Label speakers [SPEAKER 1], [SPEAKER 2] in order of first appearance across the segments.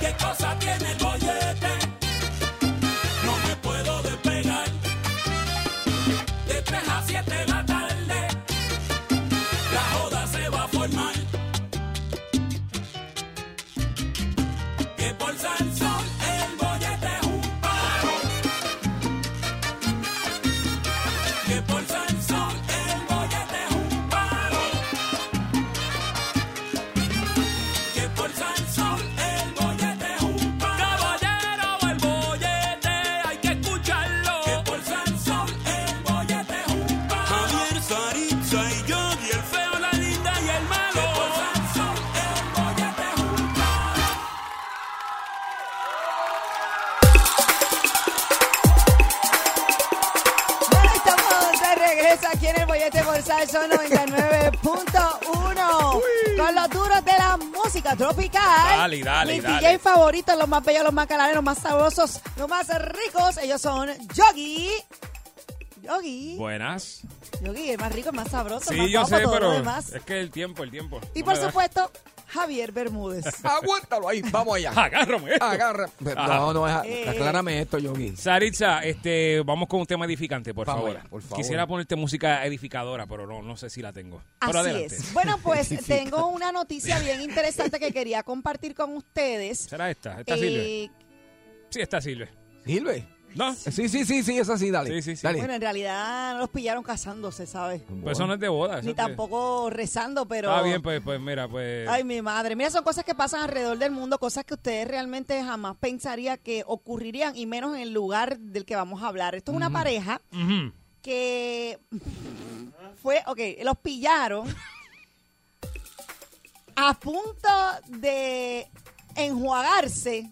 [SPEAKER 1] ¿Qué cosa tiene el bollete? No me puedo despegar. De 3 a 7 de la tarde, la joda se va a formar. Que por San Sol el bollete es un paro. Que por San Sol el bollete es un paro. Que por San Sol el bollete es un palo. Caballero, el bollete hay que escucharlo. Que por San Sol el bollete es un palo. Javier, Saritza y yo. Y el feo, la linda y el malo. Que por San Sol el bollete es un palo.
[SPEAKER 2] Bueno, estamos de regreso aquí en el Bollete por Salso 99.1 con los duros de la música tropical.
[SPEAKER 3] Dale, dale,
[SPEAKER 2] Mis
[SPEAKER 3] dale.
[SPEAKER 2] DJ favoritos, los más bellos, los más calares, los más sabrosos, los más ricos. Ellos son Yogi. Yogi.
[SPEAKER 3] Buenas.
[SPEAKER 2] Yogi, el más rico, el más sabroso, el
[SPEAKER 3] Sí,
[SPEAKER 2] más
[SPEAKER 3] yo
[SPEAKER 2] guapo,
[SPEAKER 3] sé,
[SPEAKER 2] todo lo
[SPEAKER 3] pero
[SPEAKER 2] demás.
[SPEAKER 3] es que el tiempo, el tiempo.
[SPEAKER 2] Y
[SPEAKER 3] No
[SPEAKER 2] por
[SPEAKER 3] me da-
[SPEAKER 2] supuesto, Javier Bermúdez.
[SPEAKER 4] Aguántalo ahí, vamos allá.
[SPEAKER 3] Agárrame. esto.
[SPEAKER 4] Agarra. No, no, a-
[SPEAKER 2] Eh.
[SPEAKER 4] aclárame esto, Yogi.
[SPEAKER 3] Ah. Saritza, este, vamos con un tema edificante, por
[SPEAKER 4] Vamos
[SPEAKER 3] favor.
[SPEAKER 4] allá, por favor.
[SPEAKER 3] Quisiera ponerte música edificadora, pero no, no sé si la tengo.
[SPEAKER 2] Así
[SPEAKER 3] Pero adelante.
[SPEAKER 2] es. Bueno, pues tengo una noticia bien interesante que quería compartir con ustedes.
[SPEAKER 3] ¿Será esta? ¿Esta sirve?
[SPEAKER 2] Eh,
[SPEAKER 3] Sí, esta sirve.
[SPEAKER 4] ¿Sirve?
[SPEAKER 3] ¿No?
[SPEAKER 4] Sí, sí, sí, sí, esa sí, dale.
[SPEAKER 3] Sí, sí, sí.
[SPEAKER 4] Dale.
[SPEAKER 2] Bueno, en realidad no los pillaron casándose, ¿sabes?
[SPEAKER 3] Pues eso no es de boda. eso
[SPEAKER 2] Ni
[SPEAKER 3] es de-
[SPEAKER 2] tampoco rezando, pero...
[SPEAKER 3] Está bien, pues, pues mira, pues...
[SPEAKER 2] Ay, mi madre. Mira, son cosas que pasan alrededor del mundo, cosas que ustedes realmente jamás pensaría que ocurrirían, y menos en el lugar del que vamos a hablar. Esto es una pareja
[SPEAKER 3] Ujú.
[SPEAKER 2] que fue, ok, los pillaron a punto de enjuagarse.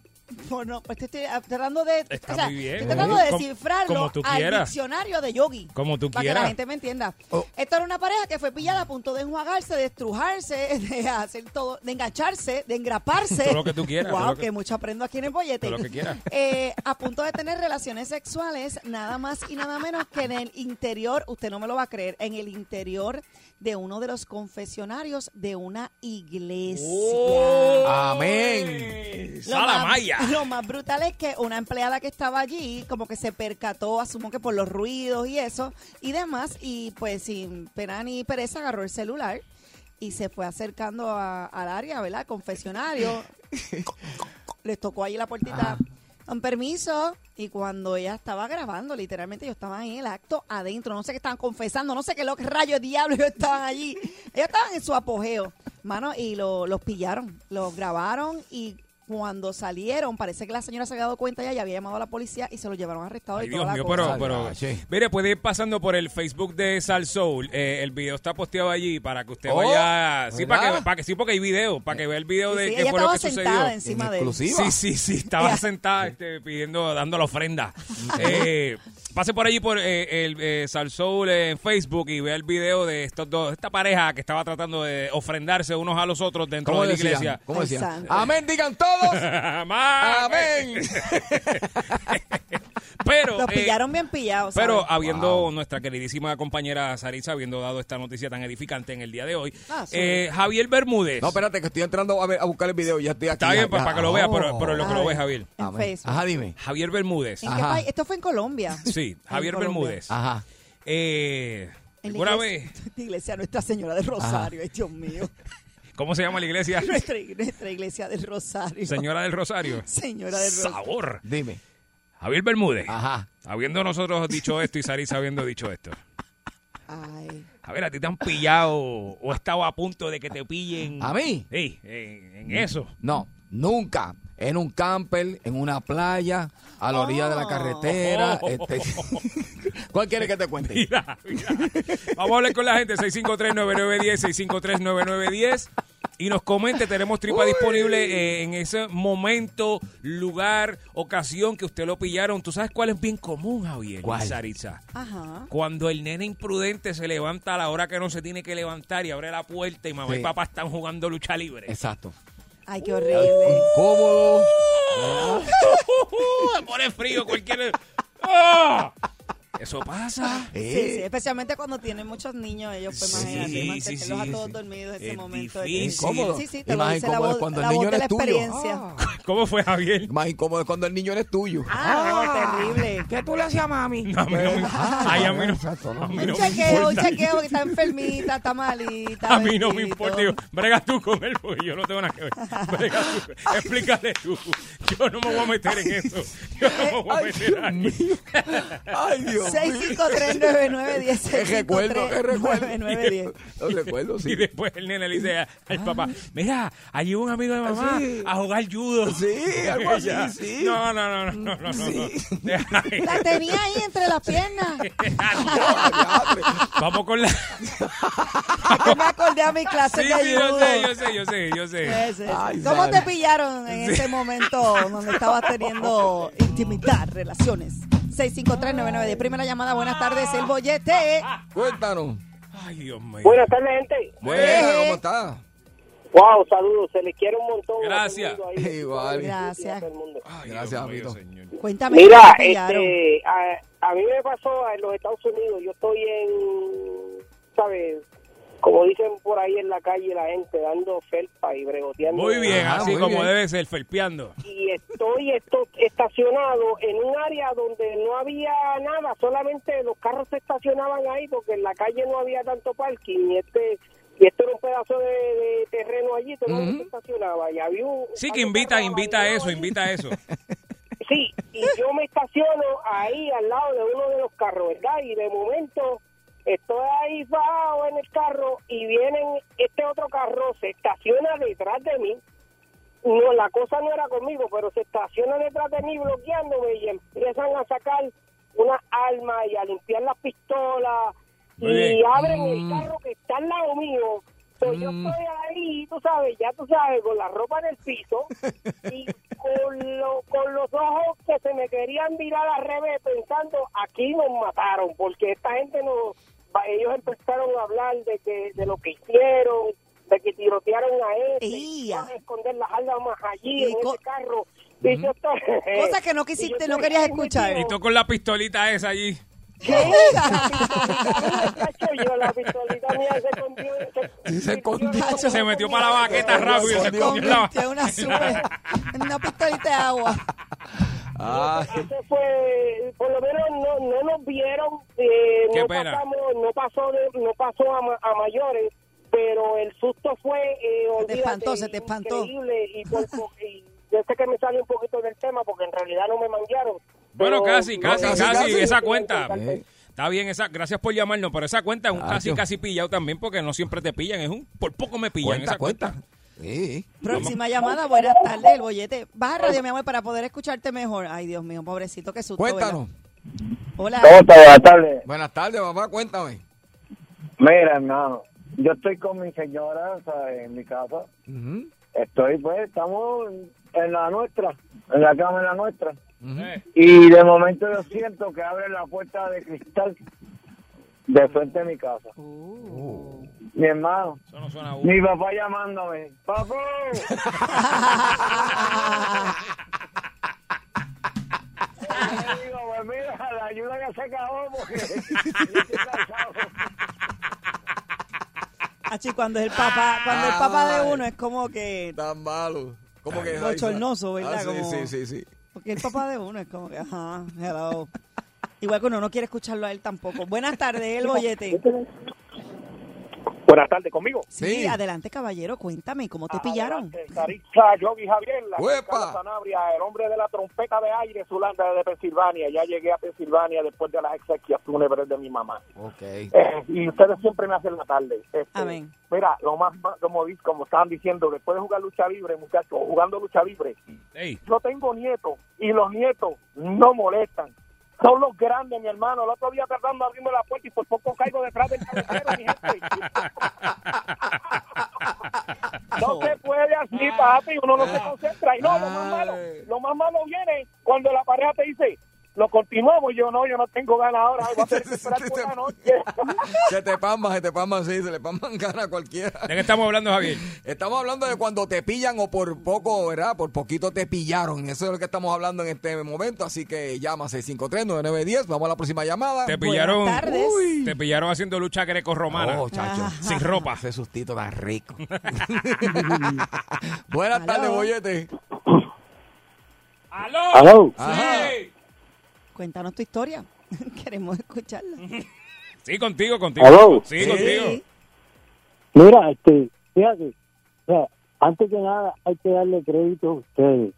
[SPEAKER 2] Bueno, pues te estoy tratando de,
[SPEAKER 3] Está muy bien.
[SPEAKER 2] estoy tratando de
[SPEAKER 3] Como-
[SPEAKER 2] descifrarlo
[SPEAKER 3] como tú
[SPEAKER 2] al
[SPEAKER 3] quieras.
[SPEAKER 2] diccionario de Yogi.
[SPEAKER 3] Como tú
[SPEAKER 2] para que
[SPEAKER 3] quieras.
[SPEAKER 2] la gente me entienda.
[SPEAKER 4] Oh.
[SPEAKER 2] Esto era una pareja que fue pillada a punto de enjuagarse, de estrujarse, de hacer todo, de engancharse, de engraparse.
[SPEAKER 3] Todo lo que tú quieras, todo
[SPEAKER 2] Wow,
[SPEAKER 3] lo
[SPEAKER 2] que,
[SPEAKER 3] que-
[SPEAKER 2] mucho aprendo aquí en el bollete.
[SPEAKER 3] Todo lo que quieras.
[SPEAKER 2] Eh, a punto de tener relaciones sexuales, nada más y nada menos que en el interior, usted no me lo va a creer, en el interior de uno de los confesionarios de una iglesia.
[SPEAKER 1] Oh.
[SPEAKER 2] Lo
[SPEAKER 4] Amén.
[SPEAKER 2] más-
[SPEAKER 3] Salamaya.
[SPEAKER 2] Lo más brutal es que una empleada que estaba allí, como que se percató, asumo que por los ruidos y eso, y demás, y pues sin pena ni pereza agarró el celular y se fue acercando a- al área, ¿verdad? Al Confesionario. Les tocó ahí la puertita. Con permiso. Y cuando ella estaba grabando, literalmente yo estaba en el acto adentro. No sé qué estaban confesando, no sé qué los rayos diablos ellos estaban allí. Ellos estaban en su apogeo. Mano, y lo- los pillaron, los grabaron y cuando salieron, parece que la señora se había dado cuenta ya y había llamado a la policía y se los llevaron arrestados
[SPEAKER 3] Ay,
[SPEAKER 2] y
[SPEAKER 3] Dios
[SPEAKER 2] toda
[SPEAKER 3] mío,
[SPEAKER 2] la cosa.
[SPEAKER 3] pero, pero
[SPEAKER 4] Salvaje.
[SPEAKER 3] mire, puede ir pasando por el Facebook de Sal Soul. eh, el video está posteado allí para que usted
[SPEAKER 4] Oh,
[SPEAKER 3] vaya. Sí, para
[SPEAKER 4] ¿verdad?
[SPEAKER 3] que, para que sí, porque hay video, para que vea el video
[SPEAKER 2] Sí,
[SPEAKER 3] de
[SPEAKER 2] sí,
[SPEAKER 3] qué
[SPEAKER 2] ella
[SPEAKER 3] fue lo
[SPEAKER 2] estaba
[SPEAKER 3] que
[SPEAKER 2] sentada
[SPEAKER 3] sucedió.
[SPEAKER 2] encima de él.
[SPEAKER 4] Exclusiva.
[SPEAKER 3] Sí, sí, sí, estaba
[SPEAKER 2] Ya.
[SPEAKER 3] sentada este, pidiendo, dando la ofrenda. Eh, pase por allí por eh, el eh, Sal Soul en Facebook y vea el video de estos dos, esta pareja que estaba tratando de ofrendarse unos a los otros dentro
[SPEAKER 4] ¿Cómo
[SPEAKER 3] de la
[SPEAKER 4] decían?
[SPEAKER 3] iglesia.
[SPEAKER 4] ¿Cómo
[SPEAKER 2] Ay,
[SPEAKER 4] decían?
[SPEAKER 2] santo.
[SPEAKER 4] Amén, digan todos.
[SPEAKER 3] Amén.
[SPEAKER 4] Amén.
[SPEAKER 3] Pero
[SPEAKER 2] Los
[SPEAKER 3] eh,
[SPEAKER 2] pillaron bien pillados.
[SPEAKER 3] pero ah,
[SPEAKER 2] ¿sabes?
[SPEAKER 3] habiendo nuestra queridísima compañera Saritza, habiendo dado esta noticia tan edificante en el día de hoy,
[SPEAKER 2] Ah, sí.
[SPEAKER 3] eh, Javier Bermúdez.
[SPEAKER 4] No, espérate, que estoy entrando a, ver- a buscar el video. Ya estoy aquí.
[SPEAKER 3] Está bien,
[SPEAKER 4] ya,
[SPEAKER 3] para,
[SPEAKER 4] ya.
[SPEAKER 3] que lo vea,
[SPEAKER 4] Oh.
[SPEAKER 3] pero, pero lo que lo ve Javier.
[SPEAKER 2] En
[SPEAKER 4] Amén.
[SPEAKER 2] Facebook.
[SPEAKER 4] Ajá, dime.
[SPEAKER 3] Javier Bermúdez.
[SPEAKER 2] ¿En qué
[SPEAKER 4] Ajá.
[SPEAKER 2] país? Esto fue en Colombia.
[SPEAKER 3] Sí, Javier
[SPEAKER 2] Colombia.
[SPEAKER 3] Bermúdez.
[SPEAKER 4] Ajá.
[SPEAKER 3] Eh,
[SPEAKER 2] En la
[SPEAKER 3] ¿alguna
[SPEAKER 2] iglesia,
[SPEAKER 3] vez?
[SPEAKER 2] la iglesia Nuestra Señora del Rosario, ay, Dios mío.
[SPEAKER 3] ¿Cómo se llama la iglesia?
[SPEAKER 2] Nuestra, nuestra iglesia del Rosario.
[SPEAKER 3] Señora del Rosario.
[SPEAKER 2] Señora del Rosario.
[SPEAKER 3] Sabor.
[SPEAKER 4] Dime.
[SPEAKER 3] Javier Bermúdez.
[SPEAKER 4] Ajá.
[SPEAKER 3] Habiendo nosotros dicho esto y Saritza habiendo dicho esto.
[SPEAKER 2] Ay.
[SPEAKER 3] A ver, a ti te han pillado o estaba a punto de que te pillen.
[SPEAKER 4] ¿A mí?
[SPEAKER 3] Sí, en, en eso.
[SPEAKER 4] No, nunca. En un camper, en una playa, a la orilla de
[SPEAKER 2] Oh.
[SPEAKER 4] la carretera.
[SPEAKER 3] Oh.
[SPEAKER 4] Este... ¿Cuál quieres que te cuente?
[SPEAKER 3] Mira, mira. Vamos a hablar con la gente, 653-9910, 653-9910. Y nos comente, tenemos tripa disponible eh, en ese momento, lugar, ocasión que usted lo pillaron. ¿Tú sabes cuál es bien común, Javier? y
[SPEAKER 4] ¿Cuál?
[SPEAKER 3] Saritza.
[SPEAKER 2] Ajá.
[SPEAKER 3] Cuando el nene imprudente se levanta a la hora que no se tiene que levantar y abre la puerta y mamá y
[SPEAKER 4] Sí.
[SPEAKER 3] papá están jugando lucha libre.
[SPEAKER 4] Exacto.
[SPEAKER 2] Ay, qué horrible.
[SPEAKER 4] Incómodo.
[SPEAKER 3] Me pone frío cualquier. ¡Ah! Eso pasa.
[SPEAKER 2] Sí, sí, especialmente cuando tienen muchos niños, ellos pues
[SPEAKER 3] Sí,
[SPEAKER 2] imagínate,
[SPEAKER 3] sí,
[SPEAKER 2] mantenerlos
[SPEAKER 3] sí,
[SPEAKER 2] a todos
[SPEAKER 3] sí. Eh,
[SPEAKER 2] dormidos en ese
[SPEAKER 3] Es
[SPEAKER 2] momento.
[SPEAKER 3] difícil.
[SPEAKER 4] Incómodo.
[SPEAKER 2] Sí, sí, te
[SPEAKER 4] Y
[SPEAKER 2] lo
[SPEAKER 4] más
[SPEAKER 2] dice la
[SPEAKER 4] incómodo es
[SPEAKER 2] voz,
[SPEAKER 4] cuando
[SPEAKER 2] la
[SPEAKER 4] el
[SPEAKER 2] voz de
[SPEAKER 4] niño
[SPEAKER 2] la
[SPEAKER 4] eres tuyo.
[SPEAKER 2] experiencia.
[SPEAKER 3] ¿Cómo fue, Javier?
[SPEAKER 4] Más incómodo es cuando el niño eres tuyo.
[SPEAKER 2] Ah, terrible.
[SPEAKER 4] ¿Qué tú le hacías a mami?
[SPEAKER 3] No, a mí no me-
[SPEAKER 4] Pues,
[SPEAKER 3] Ay,
[SPEAKER 4] ah,
[SPEAKER 3] a mí no- a mí
[SPEAKER 2] Un
[SPEAKER 3] no
[SPEAKER 2] chequeo,
[SPEAKER 3] me
[SPEAKER 2] un
[SPEAKER 3] importa.
[SPEAKER 2] chequeo que está enfermita, está malita.
[SPEAKER 3] A mí no me
[SPEAKER 2] bendito.
[SPEAKER 3] importa. Yo, brega tú con él porque yo no tengo nada que ver. Brega tú. Explícale tú. Yo no me voy a meter en eso. Yo no me voy a
[SPEAKER 4] Ay,
[SPEAKER 3] meter
[SPEAKER 4] Dios
[SPEAKER 3] ahí.
[SPEAKER 4] mío. Ay, Dios mío.
[SPEAKER 2] 6539910.
[SPEAKER 4] Qué recuerdo, qué recuerdo.
[SPEAKER 2] 9910.
[SPEAKER 4] Los recuerdos,
[SPEAKER 3] Y
[SPEAKER 4] sí.
[SPEAKER 3] después el nene le dice a- al papá, mira, allí va un amigo de mamá
[SPEAKER 4] Sí.
[SPEAKER 3] a jugar judo.
[SPEAKER 4] Sí, algo así,
[SPEAKER 3] Ya.
[SPEAKER 4] sí.
[SPEAKER 3] No, no, no, no, no, no, no.
[SPEAKER 4] Sí.
[SPEAKER 3] Déjala ahí.
[SPEAKER 2] La tenía ahí entre las piernas.
[SPEAKER 3] Vamos con la...
[SPEAKER 2] Es que me acordé a mi clase
[SPEAKER 3] Sí,
[SPEAKER 2] de
[SPEAKER 3] sí, yo sé,
[SPEAKER 2] ayuda.
[SPEAKER 3] yo sé, yo sé, yo sé.
[SPEAKER 2] Sí, sí, sí.
[SPEAKER 4] Ay,
[SPEAKER 2] Pues, eh, ¿Cómo
[SPEAKER 4] Sara.
[SPEAKER 2] te pillaron en ese momento donde estabas teniendo intimidad, relaciones? 6539910. Primera llamada, buenas tardes, el bollete.
[SPEAKER 4] Cuéntanos.
[SPEAKER 3] Ay, Dios mío.
[SPEAKER 5] Buenas tardes, gente.
[SPEAKER 4] Buena,
[SPEAKER 2] Eh.
[SPEAKER 4] ¿cómo estás?
[SPEAKER 5] Wow, saludos. Se les quiere un montón.
[SPEAKER 3] Gracias.
[SPEAKER 5] A todo el mundo ahí.
[SPEAKER 4] Igual.
[SPEAKER 2] Gracias.
[SPEAKER 5] A todo el mundo.
[SPEAKER 3] Ay,
[SPEAKER 4] Gracias,
[SPEAKER 3] Dios
[SPEAKER 4] amito.
[SPEAKER 3] mío, señor.
[SPEAKER 2] Cuéntame.
[SPEAKER 5] Mira,
[SPEAKER 2] ¿cómo te pillaron?
[SPEAKER 5] este, a, a mí me pasó en los Estados Unidos. Yo estoy en, ¿sabes? Como dicen por ahí en la calle la gente, dando felpa y bregoteando.
[SPEAKER 3] Muy bien,
[SPEAKER 4] Ah,
[SPEAKER 3] así
[SPEAKER 4] muy
[SPEAKER 3] como
[SPEAKER 4] bien.
[SPEAKER 3] debe ser, felpeando.
[SPEAKER 5] Y estoy esto- estacionado en un área donde no había nada, solamente los carros se estacionaban ahí porque en la calle no había tanto parking y este y esto era un pedazo de, de terreno allí, todo el mundo se estacionaba y había un
[SPEAKER 3] Sí que invita, invita a eso, invita a eso.
[SPEAKER 5] Sí, y yo me estaciono ahí al lado de uno de los carros, ¿verdad? Y de momento estoy ahí bajado en el carro y vienen este otro carro, se estaciona detrás de mí. No, la cosa no era conmigo, pero se estaciona detrás de mí bloqueándome y empiezan a sacar unas armas y a limpiar las pistolas
[SPEAKER 3] Muy
[SPEAKER 5] y
[SPEAKER 3] bien.
[SPEAKER 5] abren el carro que está al lado mío. Pues yo estoy ahí, tú sabes, ya tú sabes, con la ropa en el piso y con, lo- con los ojos que se me querían virar al revés pensando, aquí nos mataron, porque esta gente no, va- ellos empezaron a hablar de que de lo que hicieron, de que tirotearon a este,
[SPEAKER 2] ¡Ea!
[SPEAKER 5] van a esconder las armas
[SPEAKER 2] Y
[SPEAKER 5] allí en
[SPEAKER 2] co-
[SPEAKER 5] ese carro. Y yo estoy-
[SPEAKER 2] Cosas que no
[SPEAKER 5] y yo
[SPEAKER 2] quisiste,
[SPEAKER 5] estoy
[SPEAKER 2] no querías
[SPEAKER 5] ahí
[SPEAKER 2] escuchar.
[SPEAKER 3] Y
[SPEAKER 5] metido.
[SPEAKER 3] tú con la pistolita esa allí.
[SPEAKER 5] Cacho, yo la pistolita mía se escondió-
[SPEAKER 4] Sí, se escondió.
[SPEAKER 5] escondió.
[SPEAKER 3] Se metió para la baqueta rápido. Se
[SPEAKER 2] Se
[SPEAKER 3] comió la...
[SPEAKER 2] convirtió en una super, en una pistolita de agua.
[SPEAKER 4] Ay,
[SPEAKER 5] Eso fue, por lo menos no, no nos vieron, eh,
[SPEAKER 3] Qué
[SPEAKER 5] no,
[SPEAKER 3] pena.
[SPEAKER 5] pasamos, no pasó de- no pasó a, ma- a mayores, pero el susto fue eh,
[SPEAKER 2] te espantó,
[SPEAKER 5] olvídate,
[SPEAKER 2] se te espantó.
[SPEAKER 5] increíble y, por po- y yo sé que me sale un poquito del tema porque en realidad no me manguearon.
[SPEAKER 3] Bueno,
[SPEAKER 5] pero-
[SPEAKER 3] casi,
[SPEAKER 5] no,
[SPEAKER 3] casi,
[SPEAKER 4] casi,
[SPEAKER 3] casi,
[SPEAKER 4] casi.
[SPEAKER 3] esa cuenta.
[SPEAKER 4] Eh.
[SPEAKER 3] Está bien, esa, gracias por llamarnos, pero esa cuenta es un casi,
[SPEAKER 4] Gracias.
[SPEAKER 3] casi pillado también, porque no siempre te pillan, es un, por poco me pillan.
[SPEAKER 4] cuenta,
[SPEAKER 3] esa
[SPEAKER 4] cuenta. Sí.
[SPEAKER 2] Próxima llamada, buenas tardes, el bollete. Baja radio, mi amor, para poder escucharte mejor. Ay, Dios mío, pobrecito, que susto. ¿verdad?
[SPEAKER 4] Cuéntanos.
[SPEAKER 2] Hola.
[SPEAKER 6] ¿Cómo estás? Buenas tardes.
[SPEAKER 4] Buenas tardes, papá, cuéntame.
[SPEAKER 6] Mira, hermano, yo estoy con mi señora ¿sabes? en mi casa.
[SPEAKER 4] Ujú,
[SPEAKER 6] Estoy, pues, estamos en la nuestra, en la cama en la nuestra.
[SPEAKER 4] ujú.
[SPEAKER 3] Eh,
[SPEAKER 6] Y de momento yo siento que abren la puerta de cristal de frente a mi casa. Mi hermano,
[SPEAKER 3] eso no suena a uno.
[SPEAKER 6] mi papá llamándome. ¡Papá! Y digo, pues mira, la ayuda que se acabó porque yo estoy cansado".
[SPEAKER 2] Achi, cuando es el papá, cuando el papá de uno es como que,
[SPEAKER 4] Tan malo. ¿Cómo que
[SPEAKER 2] Bochornoso, ¿verdad?
[SPEAKER 4] Ah, sí,
[SPEAKER 2] Como-
[SPEAKER 4] sí, sí, sí.
[SPEAKER 2] porque el papá de uno es como que, ajá, hello. Igual que uno no quiere escucharlo a él tampoco. Buenas tardes, el bollete.
[SPEAKER 6] Buenas tardes, ¿conmigo?
[SPEAKER 2] Sí,
[SPEAKER 4] Sí.
[SPEAKER 2] adelante, caballero, cuéntame, ¿cómo te pillaron?
[SPEAKER 6] Adelante, Saritza, Yogi Javier, la
[SPEAKER 4] ¡Uepa!
[SPEAKER 6] Ricardo Sanabria, el hombre de la trompeta de aire, Zulanda de Pensilvania. Ya llegué a Pensilvania después de las exequias fúnebres de mi mamá.
[SPEAKER 4] Ok.
[SPEAKER 6] Eh, y ustedes siempre me hacen la tarde. Este,
[SPEAKER 2] Amén.
[SPEAKER 6] Mira, lo más, más- como, di- como estaban diciendo, después de jugar lucha libre, muchachos, jugando lucha libre,
[SPEAKER 3] Ey,
[SPEAKER 6] yo tengo nietos y los nietos no molestan. Son los grandes, mi hermano. El otro día tratando de abrirme la puerta y por poco caigo detrás del cabecero, mi gente. No se puede así, papi. Uno no se concentra. Y no, lo más malo, lo más malo viene cuando la pareja te dice, lo continuamos. Yo no, yo no tengo ganas ahora. Voy a tener que esperar por la noche.
[SPEAKER 4] Se te pamba, se te pamba, sí, se le pamban cara a cualquiera.
[SPEAKER 3] ¿De qué estamos hablando, Javier?
[SPEAKER 4] Estamos hablando de cuando te pillan o por poco, ¿verdad? Por poquito te pillaron. Eso es lo que estamos hablando en este momento. Así que llama 653-9910. Vamos a la próxima llamada.
[SPEAKER 3] Te pillaron.
[SPEAKER 2] Buenas tardes.
[SPEAKER 3] Uy. Te pillaron haciendo lucha grecorromana.
[SPEAKER 4] Oh, chacho.
[SPEAKER 3] sin ropa.
[SPEAKER 4] Ese sustito tan rico. Buenas
[SPEAKER 2] Aló.
[SPEAKER 4] tardes, bollete.
[SPEAKER 3] ¡Aló!
[SPEAKER 6] Aló.
[SPEAKER 4] Ajá.
[SPEAKER 3] Sí.
[SPEAKER 2] Cuéntanos tu historia. Queremos escucharla.
[SPEAKER 3] Sí, contigo, contigo.
[SPEAKER 6] Aló.
[SPEAKER 3] Sí,
[SPEAKER 4] Sí.
[SPEAKER 3] contigo.
[SPEAKER 6] Mira, este, fíjate, o sea, antes que nada hay que darle crédito a ustedes.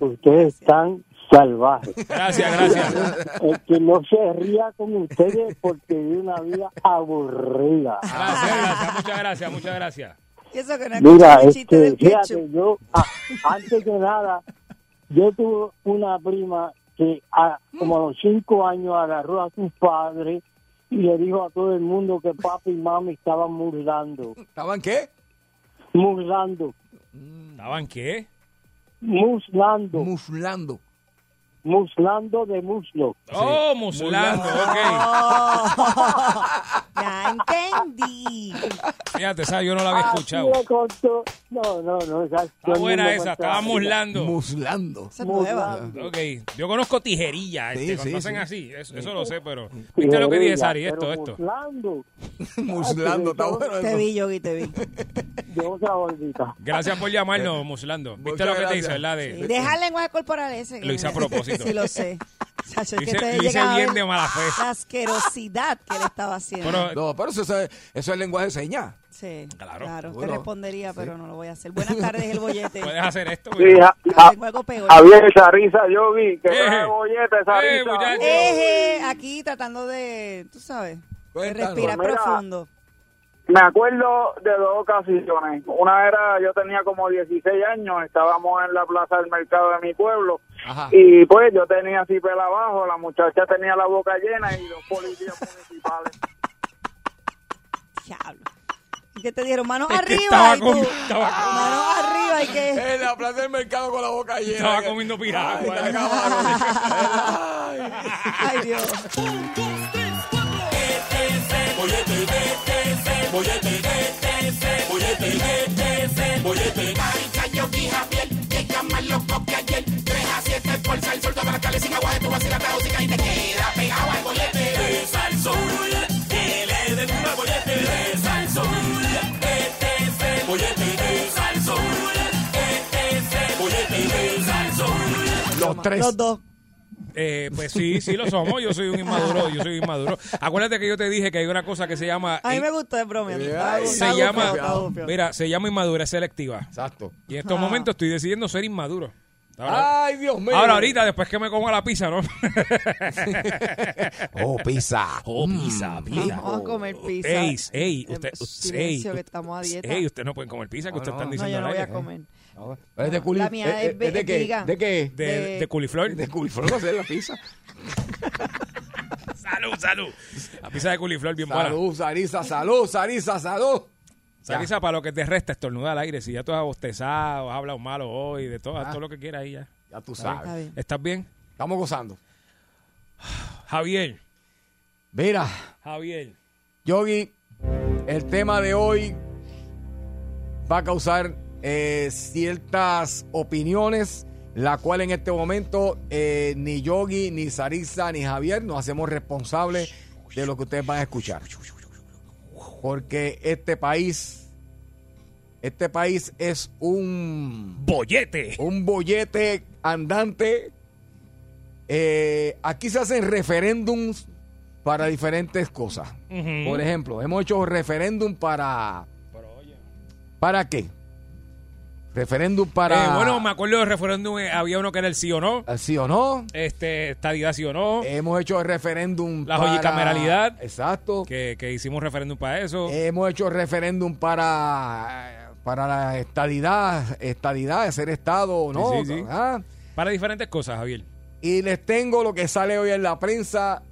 [SPEAKER 6] Ustedes están salvajes.
[SPEAKER 3] Gracias, gracias.
[SPEAKER 6] El que no se ría con ustedes porque vive una vida aburrida.
[SPEAKER 3] Gracias, gracias. Muchas gracias, muchas gracias.
[SPEAKER 2] Y eso que no
[SPEAKER 6] Mira,
[SPEAKER 2] escuchado el chiste
[SPEAKER 6] este,
[SPEAKER 2] del
[SPEAKER 6] fíjate,
[SPEAKER 2] ketchup.
[SPEAKER 6] yo, a- antes que nada, yo tuve una prima que a, como a los cinco años agarró a su padre y le dijo a todo el mundo que papi y mami estaban murlando,
[SPEAKER 4] ¿Estaban qué?
[SPEAKER 6] murlando,
[SPEAKER 3] ¿Estaban qué?
[SPEAKER 6] muslando,
[SPEAKER 4] Muflando.
[SPEAKER 6] muslando de muslo.
[SPEAKER 3] Oh, muslando, ok.
[SPEAKER 2] Ya entendí. Ah,
[SPEAKER 3] Fíjate, esa yo no la había escuchado.
[SPEAKER 6] Así de corto. No, no, no. Esa,
[SPEAKER 3] Está buena esa, estaba muslando.
[SPEAKER 4] Muslando.
[SPEAKER 2] Esa es nueva.
[SPEAKER 3] Ok, yo conozco tijerilla,
[SPEAKER 4] Sí,
[SPEAKER 3] este, cuando
[SPEAKER 4] sí,
[SPEAKER 3] hacen
[SPEAKER 4] sí.
[SPEAKER 3] así, eso, eso lo sé, pero... ¿Viste lo que dije, Sari? Esto, esto.
[SPEAKER 6] Muslando,
[SPEAKER 4] Muslando, está bueno
[SPEAKER 2] Te
[SPEAKER 4] eso.
[SPEAKER 2] vi, Yogi, te vi.
[SPEAKER 6] de otra bolita.
[SPEAKER 3] Gracias por llamarnos, muslando. ¿Viste
[SPEAKER 4] Muchas
[SPEAKER 3] lo que te
[SPEAKER 4] gracias.
[SPEAKER 3] hice, verdad? De-
[SPEAKER 2] Y Deja el lenguaje corporal ese.
[SPEAKER 3] Lo hice a propósito.
[SPEAKER 2] Sí, lo sé. Chacho, es
[SPEAKER 3] Lo
[SPEAKER 2] que
[SPEAKER 3] hice-
[SPEAKER 2] ustedes
[SPEAKER 3] lo hice
[SPEAKER 2] llegan a
[SPEAKER 3] bien
[SPEAKER 2] ver
[SPEAKER 3] de mala fe.
[SPEAKER 2] La asquerosidad que le estaba haciendo.
[SPEAKER 3] Bueno,
[SPEAKER 4] No, pero eso, eso es lenguaje de señas.
[SPEAKER 2] sí,
[SPEAKER 3] claro,
[SPEAKER 2] claro. te
[SPEAKER 4] seguro.
[SPEAKER 2] respondería, pero no lo voy a hacer. Buenas tardes, el bollete.
[SPEAKER 3] puedes hacer pues, esto.
[SPEAKER 6] Sí,
[SPEAKER 3] mira.
[SPEAKER 6] ja-
[SPEAKER 2] Yo
[SPEAKER 6] ja-
[SPEAKER 2] tengo algo peor.
[SPEAKER 6] Javier, esa risa, yo vi que
[SPEAKER 3] Eh.
[SPEAKER 6] trae bollete, esa
[SPEAKER 3] Eh,
[SPEAKER 6] risa.
[SPEAKER 3] muchacho.
[SPEAKER 2] Eje, aquí tratando de, tú sabes, de
[SPEAKER 4] Cuéntanos.
[SPEAKER 2] respirar
[SPEAKER 6] Mira.
[SPEAKER 2] profundo.
[SPEAKER 6] Me acuerdo de dos ocasiones. Una era, yo tenía como 16 años, estábamos en la plaza del mercado de mi pueblo.
[SPEAKER 4] Ajá.
[SPEAKER 6] Y pues yo tenía así pela abajo, la muchacha tenía la boca llena y dos policías municipales.
[SPEAKER 2] pues, Diablo. ¿Y ¿Qué te dieron? Manos
[SPEAKER 3] Es que
[SPEAKER 2] arriba.
[SPEAKER 3] estaba
[SPEAKER 2] y
[SPEAKER 3] con-
[SPEAKER 2] tú,
[SPEAKER 3] estaba con-
[SPEAKER 2] Manos arriba y que...
[SPEAKER 4] En la plaza del mercado con la boca llena.
[SPEAKER 3] Estaba comiendo piragua.
[SPEAKER 4] Ay, la cámara. Ay.
[SPEAKER 2] Ay, Dios.
[SPEAKER 4] Los tres.
[SPEAKER 2] Los dos.
[SPEAKER 3] Eh, pues sí, sí lo somos. Yo soy un inmaduro, yo soy un inmaduro. Acuérdate que yo te dije que hay una cosa que se llama...
[SPEAKER 2] A mí me gustó el brome.
[SPEAKER 4] Ay,
[SPEAKER 3] se
[SPEAKER 4] Está
[SPEAKER 3] llama...
[SPEAKER 4] bufeado, está
[SPEAKER 3] Mira, se llama inmadurez selectiva.
[SPEAKER 4] Exacto. Ah,
[SPEAKER 3] Y en estos
[SPEAKER 2] Ah.
[SPEAKER 3] momentos estoy decidiendo ser inmaduro. Ahora,
[SPEAKER 4] Ay, Dios mío.
[SPEAKER 3] ahora ahorita, después que me coma la pizza, ¿no?
[SPEAKER 4] Oh, pizza. Mm.
[SPEAKER 3] Oh, pizza, pizza. Oh.
[SPEAKER 2] Vamos a comer pizza.
[SPEAKER 3] Ey, ey,
[SPEAKER 2] Eh,
[SPEAKER 3] usted,
[SPEAKER 2] silencio,
[SPEAKER 3] ey,
[SPEAKER 2] que estamos a dieta.
[SPEAKER 3] Ey, usted no pueden comer pizza, que
[SPEAKER 4] No,
[SPEAKER 3] usted
[SPEAKER 4] no.
[SPEAKER 3] están
[SPEAKER 2] no,
[SPEAKER 3] diciendo
[SPEAKER 2] yo
[SPEAKER 3] ¿eh?
[SPEAKER 2] no
[SPEAKER 3] al
[SPEAKER 2] voy a
[SPEAKER 3] aire.
[SPEAKER 2] comer.
[SPEAKER 4] Es de culi-
[SPEAKER 2] La mía
[SPEAKER 4] eh,
[SPEAKER 2] es ve-
[SPEAKER 4] de qué?
[SPEAKER 2] vegan.
[SPEAKER 4] ¿De qué?
[SPEAKER 3] De,
[SPEAKER 2] De-
[SPEAKER 3] de coliflor.
[SPEAKER 4] De culiflor, no sé, la pizza.
[SPEAKER 3] Salud, salud. La pizza de coliflor bien buena.
[SPEAKER 4] Salud, Sarisa, salud, Sarisa, salud.
[SPEAKER 3] Sarisa, para lo que te resta estornudar al aire. Si ya tú has bostezado, has hablado malo hoy, de todo, todo lo que quieras ahí ya.
[SPEAKER 4] Ah. Ya tú
[SPEAKER 2] Está
[SPEAKER 4] sabes.
[SPEAKER 2] bien.
[SPEAKER 3] ¿Estás bien?
[SPEAKER 4] Estamos gozando.
[SPEAKER 3] Javier,
[SPEAKER 4] Mira,
[SPEAKER 3] Javier.
[SPEAKER 4] Yogi, el tema de hoy va a causar eh, ciertas opiniones, la cual en este momento eh, ni Yogi, ni Sarisa, ni Javier nos hacemos responsables de lo que ustedes van a escuchar. Porque este país, este país es un
[SPEAKER 3] Bollete.
[SPEAKER 4] un bollete andante. Eh, aquí se hacen referéndums para diferentes cosas.
[SPEAKER 3] Ujú.
[SPEAKER 4] Por ejemplo, hemos hecho referéndum para... ¿Para qué? Referéndum para... eh,
[SPEAKER 3] Eh, bueno, me acuerdo del referéndum, eh, había uno que era el sí o no.
[SPEAKER 4] ¿Sí o no?
[SPEAKER 3] Este, estadidad sí o no.
[SPEAKER 4] Hemos hecho referéndum
[SPEAKER 3] La
[SPEAKER 4] para-
[SPEAKER 3] joyicameralidad.
[SPEAKER 4] Exacto. Eh,
[SPEAKER 3] Que, que hicimos referéndum para eso.
[SPEAKER 4] Hemos hecho referéndum para... eh, Para la estadidad, estadidad, ser estado o no.
[SPEAKER 3] sí, sí.
[SPEAKER 4] ¿verdad?
[SPEAKER 3] Para diferentes cosas, Javier.
[SPEAKER 4] Y les tengo lo que sale hoy en la prensa.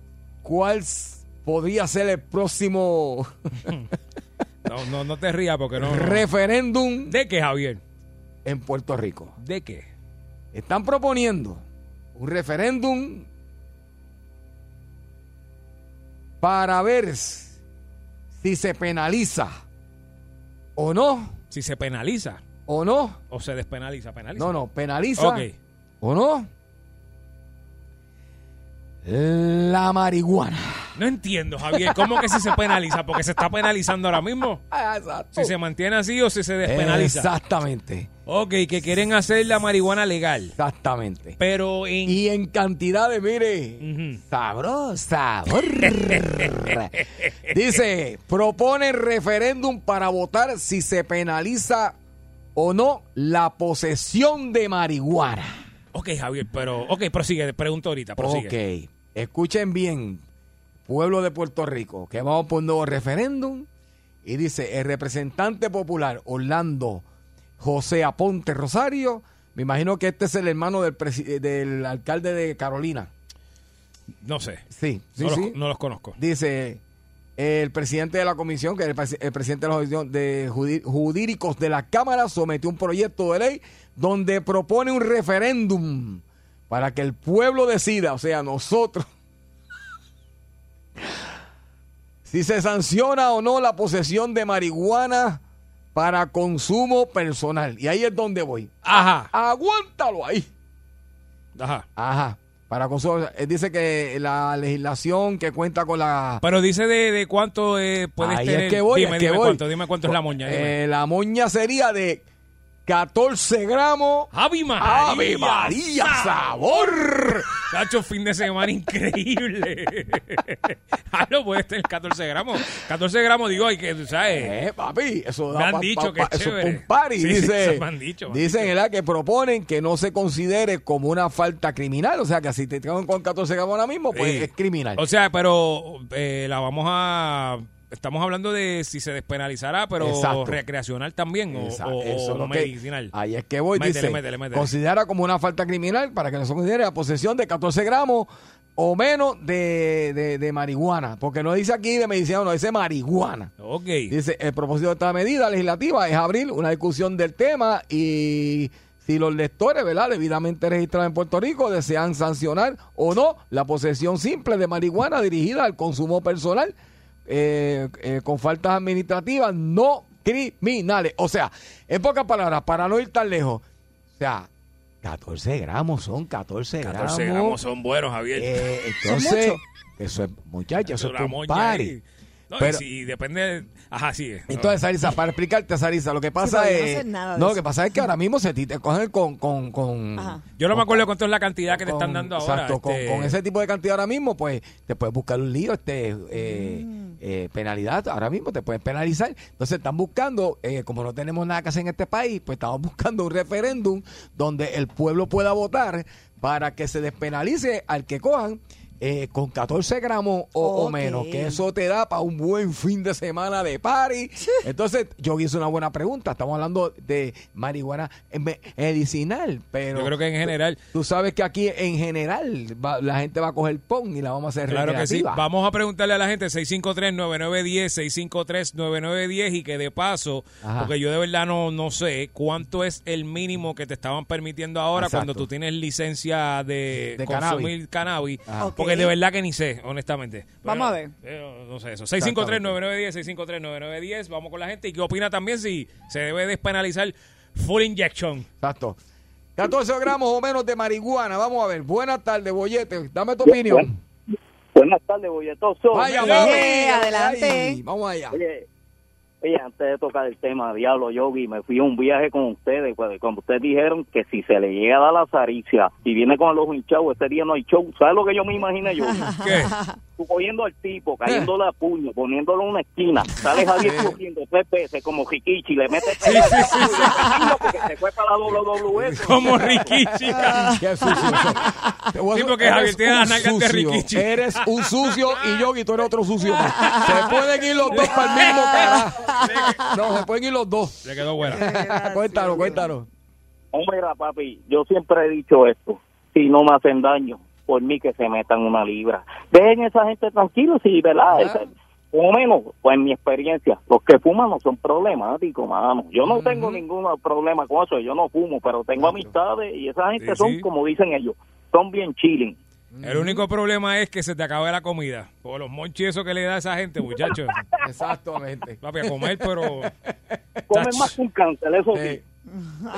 [SPEAKER 4] ¿Cuál s- podría ser el próximo
[SPEAKER 3] No, no, no te rías porque no.
[SPEAKER 4] referéndum
[SPEAKER 3] ¿De qué, Javier?
[SPEAKER 4] en Puerto Rico?
[SPEAKER 3] ¿De qué?
[SPEAKER 4] Están proponiendo un referéndum para ver si se penaliza o no,
[SPEAKER 3] Si se penaliza
[SPEAKER 4] o no,
[SPEAKER 3] o se despenaliza, penaliza.
[SPEAKER 4] no, no, penaliza
[SPEAKER 3] Ok.
[SPEAKER 4] o no la marihuana.
[SPEAKER 3] No entiendo, Javier. ¿Cómo que si se penaliza? Porque se está penalizando ahora mismo.
[SPEAKER 4] Ah,
[SPEAKER 3] Si se mantiene así o si se despenaliza.
[SPEAKER 4] Exactamente,
[SPEAKER 3] Ok, que quieren hacer la marihuana legal.
[SPEAKER 4] exactamente.
[SPEAKER 3] Pero en.
[SPEAKER 4] Y en cantidades, mire,
[SPEAKER 3] Ujú.
[SPEAKER 4] sabrosa. Dice, propone referéndum para votar si se penaliza o no la posesión de marihuana.
[SPEAKER 3] Ok, Javier, pero. Ok, prosigue, te pregunto ahorita, prosigue.
[SPEAKER 4] Ok, escuchen bien, pueblo de Puerto Rico, que vamos por un nuevo referéndum. Y dice, el representante popular Orlando José Aponte Rosario, me imagino que este es el hermano del, presi- del alcalde de Carolina.
[SPEAKER 3] No sé.
[SPEAKER 4] Sí, sí,
[SPEAKER 3] no, los,
[SPEAKER 4] sí.
[SPEAKER 3] no los conozco.
[SPEAKER 4] Dice el presidente de la comisión, que es el, presi- el presidente de la comisión de judi- judíricos de la Cámara, sometió un proyecto de ley donde propone un referéndum para que el pueblo decida, o sea, nosotros, si se sanciona o no la posesión de marihuana para consumo personal. Y ahí es donde voy.
[SPEAKER 3] Ajá.
[SPEAKER 4] Aguántalo ahí.
[SPEAKER 3] Ajá.
[SPEAKER 4] Ajá. Para consumo. Él dice que la legislación que cuenta con la
[SPEAKER 3] Pero dice de, de cuánto eh, puedes
[SPEAKER 4] Ahí
[SPEAKER 3] tener.
[SPEAKER 4] es que voy,
[SPEAKER 3] dime,
[SPEAKER 4] es que
[SPEAKER 3] dime
[SPEAKER 4] voy.
[SPEAKER 3] cuánto, dime cuánto es la moña. dime.
[SPEAKER 4] Eh, la moña sería de 14 gramos.
[SPEAKER 3] ¡Ave María! Ah.
[SPEAKER 4] ¡Ave María, sabor!
[SPEAKER 3] Tacho, fin de semana increíble. ah, no puede estar 14 gramos. 14 gramos, digo, hay que, tú sabes.
[SPEAKER 4] Eh, papi, eso
[SPEAKER 3] Me
[SPEAKER 4] da
[SPEAKER 3] han dicho que es
[SPEAKER 4] eso
[SPEAKER 3] chévere.
[SPEAKER 4] un party,
[SPEAKER 3] Sí, sí,
[SPEAKER 4] dice.
[SPEAKER 3] eso me han dicho, me han
[SPEAKER 4] dicen,
[SPEAKER 3] dicho.
[SPEAKER 4] ¿verdad? Que proponen que no se considere como una falta criminal. O sea, que si te traen con 14 gramos ahora mismo, pues
[SPEAKER 3] Sí.
[SPEAKER 4] es criminal.
[SPEAKER 3] O sea, pero eh, la vamos a. Estamos hablando de si se despenalizará, pero
[SPEAKER 4] Exacto.
[SPEAKER 3] recreacional también o,
[SPEAKER 4] Esa-
[SPEAKER 3] o-
[SPEAKER 4] eso
[SPEAKER 3] o
[SPEAKER 4] es lo que-
[SPEAKER 3] medicinal.
[SPEAKER 4] ahí es que voy,
[SPEAKER 3] Métele,
[SPEAKER 4] dice.
[SPEAKER 3] métele, métele.
[SPEAKER 4] Considera como una falta criminal para que no se considere la posesión de 14 gramos o menos de, de- de marihuana. Porque no dice aquí de medicina, no dice marihuana.
[SPEAKER 3] Ok.
[SPEAKER 4] Dice, el propósito de esta medida legislativa es abrir una discusión del tema y si los lectores, ¿verdad?, debidamente registrados en Puerto Rico desean sancionar o no la posesión simple de marihuana dirigida al consumo personal eh, eh, con faltas administrativas no criminales. O sea, en pocas palabras, para no ir tan lejos, o sea, 14 gramos son 14 gramos.
[SPEAKER 3] 14 gramos son buenos, Javier.
[SPEAKER 4] Eh,
[SPEAKER 2] Son
[SPEAKER 4] entonces,
[SPEAKER 2] mucho.
[SPEAKER 4] eso es, muchacha, eso es
[SPEAKER 3] La
[SPEAKER 4] un
[SPEAKER 3] moña
[SPEAKER 4] party.
[SPEAKER 3] ahí. No, y
[SPEAKER 4] Pero-
[SPEAKER 3] si depende. Ajá, eh. sigue.
[SPEAKER 4] Entonces, Sarisa, para explicarte, Sarisa, lo que pasa
[SPEAKER 2] pero yo no
[SPEAKER 4] es.
[SPEAKER 2] sé nada de
[SPEAKER 4] no, lo
[SPEAKER 2] eso.
[SPEAKER 4] que pasa es que ahora mismo se ti- te cogen con. con, con
[SPEAKER 2] Ajá.
[SPEAKER 3] Yo no me acuerdo cuánto es la cantidad que te
[SPEAKER 4] con-
[SPEAKER 3] están dando ahora.
[SPEAKER 4] Exacto, con-
[SPEAKER 3] este,
[SPEAKER 4] con, ese tipo de cantidad ahora mismo, pues te puedes buscar un lío, este eh,
[SPEAKER 3] Mm.
[SPEAKER 4] eh, penalidad. Ahora mismo te pueden penalizar. Entonces, están buscando, eh, como no tenemos nada que hacer en este país, pues estamos buscando un referéndum donde el pueblo pueda votar para que se despenalice al que cojan. eh, con 14 gramos o, o
[SPEAKER 2] Ok.
[SPEAKER 4] menos, que eso te da para un buen fin de semana de party. Entonces, yo hice una buena pregunta. Estamos hablando de marihuana eh, me- medicinal, pero
[SPEAKER 3] Yo creo que en general.
[SPEAKER 4] Tú sabes que aquí en general va- la gente va a coger pon y la vamos a hacer
[SPEAKER 3] Claro que sí.
[SPEAKER 4] recreativa.
[SPEAKER 3] Vamos a preguntarle a la gente 653-9910, 653-9910 y que de paso,
[SPEAKER 4] Ajá.
[SPEAKER 3] porque yo de verdad no, no sé cuánto es el mínimo que te estaban permitiendo ahora
[SPEAKER 4] Exacto.
[SPEAKER 3] cuando tú tienes licencia de,
[SPEAKER 4] De
[SPEAKER 3] consumir cannabis.
[SPEAKER 4] Ajá.
[SPEAKER 2] Ok.
[SPEAKER 3] Porque de verdad que ni sé, honestamente. Pero,
[SPEAKER 2] Vamos a ver.
[SPEAKER 3] eh, no sé eso. 653-9910, 653-9910. Vamos con la gente. ¿Y qué opina también si se debe despenalizar full injection?
[SPEAKER 4] Exacto. 14 gramos o menos de marihuana. Vamos a ver. Buenas tardes, Bollete. Dame tu opinión.
[SPEAKER 7] Buenas tardes, bolletoso.
[SPEAKER 4] Vaya,
[SPEAKER 3] Oye,
[SPEAKER 4] papi.
[SPEAKER 2] adelante.
[SPEAKER 4] Ay, vamos allá.
[SPEAKER 7] Oye, oye, antes de tocar el tema, diablo, Yogi, me fui a un viaje con ustedes, cuando, cuando ustedes dijeron que si se le llega a dar la zaricia y viene con el ojo hinchado, ese día no hay show. ¿Sabes lo que yo me imaginé, Yogi?
[SPEAKER 3] ¿Qué?
[SPEAKER 7] Tú cogiendo al
[SPEAKER 3] Eh.
[SPEAKER 7] tipo, cayéndole a puño, poniéndolo en una esquina, sale Javier cogiendo tres veces como Jiquichi, le mete tres veces porque se fue para la WWE.
[SPEAKER 3] Como Ricky, chica.
[SPEAKER 4] Qué sucio. Te voy a-
[SPEAKER 3] Sí, porque
[SPEAKER 4] eres
[SPEAKER 3] Javier tiene
[SPEAKER 4] un
[SPEAKER 3] las nalgas de
[SPEAKER 4] sucio.
[SPEAKER 3] Rikichi.
[SPEAKER 4] Eres un sucio y Yogi, tú eres otro sucio. más. Se pueden ir los dos para el mismo carajo. No, se pueden ir los dos.
[SPEAKER 3] Le quedó buena.
[SPEAKER 4] cuéntalo, cuéntalo.
[SPEAKER 7] Hombre, mira, papi, yo siempre he dicho esto. Si no me hacen daño, por mí que se metan una libra. Dejen esa gente tranquilo, sí, ¿verdad? Esa- fumemos, pues en mi experiencia, los que fuman no son problemáticos, mano. Yo no tengo ningún problema con eso, yo no fumo, pero tengo amistades y esa gente
[SPEAKER 3] Sí,
[SPEAKER 7] son,
[SPEAKER 3] sí.
[SPEAKER 7] como dicen ellos, son bien chilling.
[SPEAKER 4] Mm.
[SPEAKER 3] El único problema es que se te acabe la comida. Por los monchis eso que le da a esa gente, muchachos.
[SPEAKER 4] Exactamente.
[SPEAKER 3] Papi, a comer, pero...
[SPEAKER 7] Comen
[SPEAKER 3] Chacho.
[SPEAKER 7] más que un cáncer, eso sí.
[SPEAKER 4] Eh,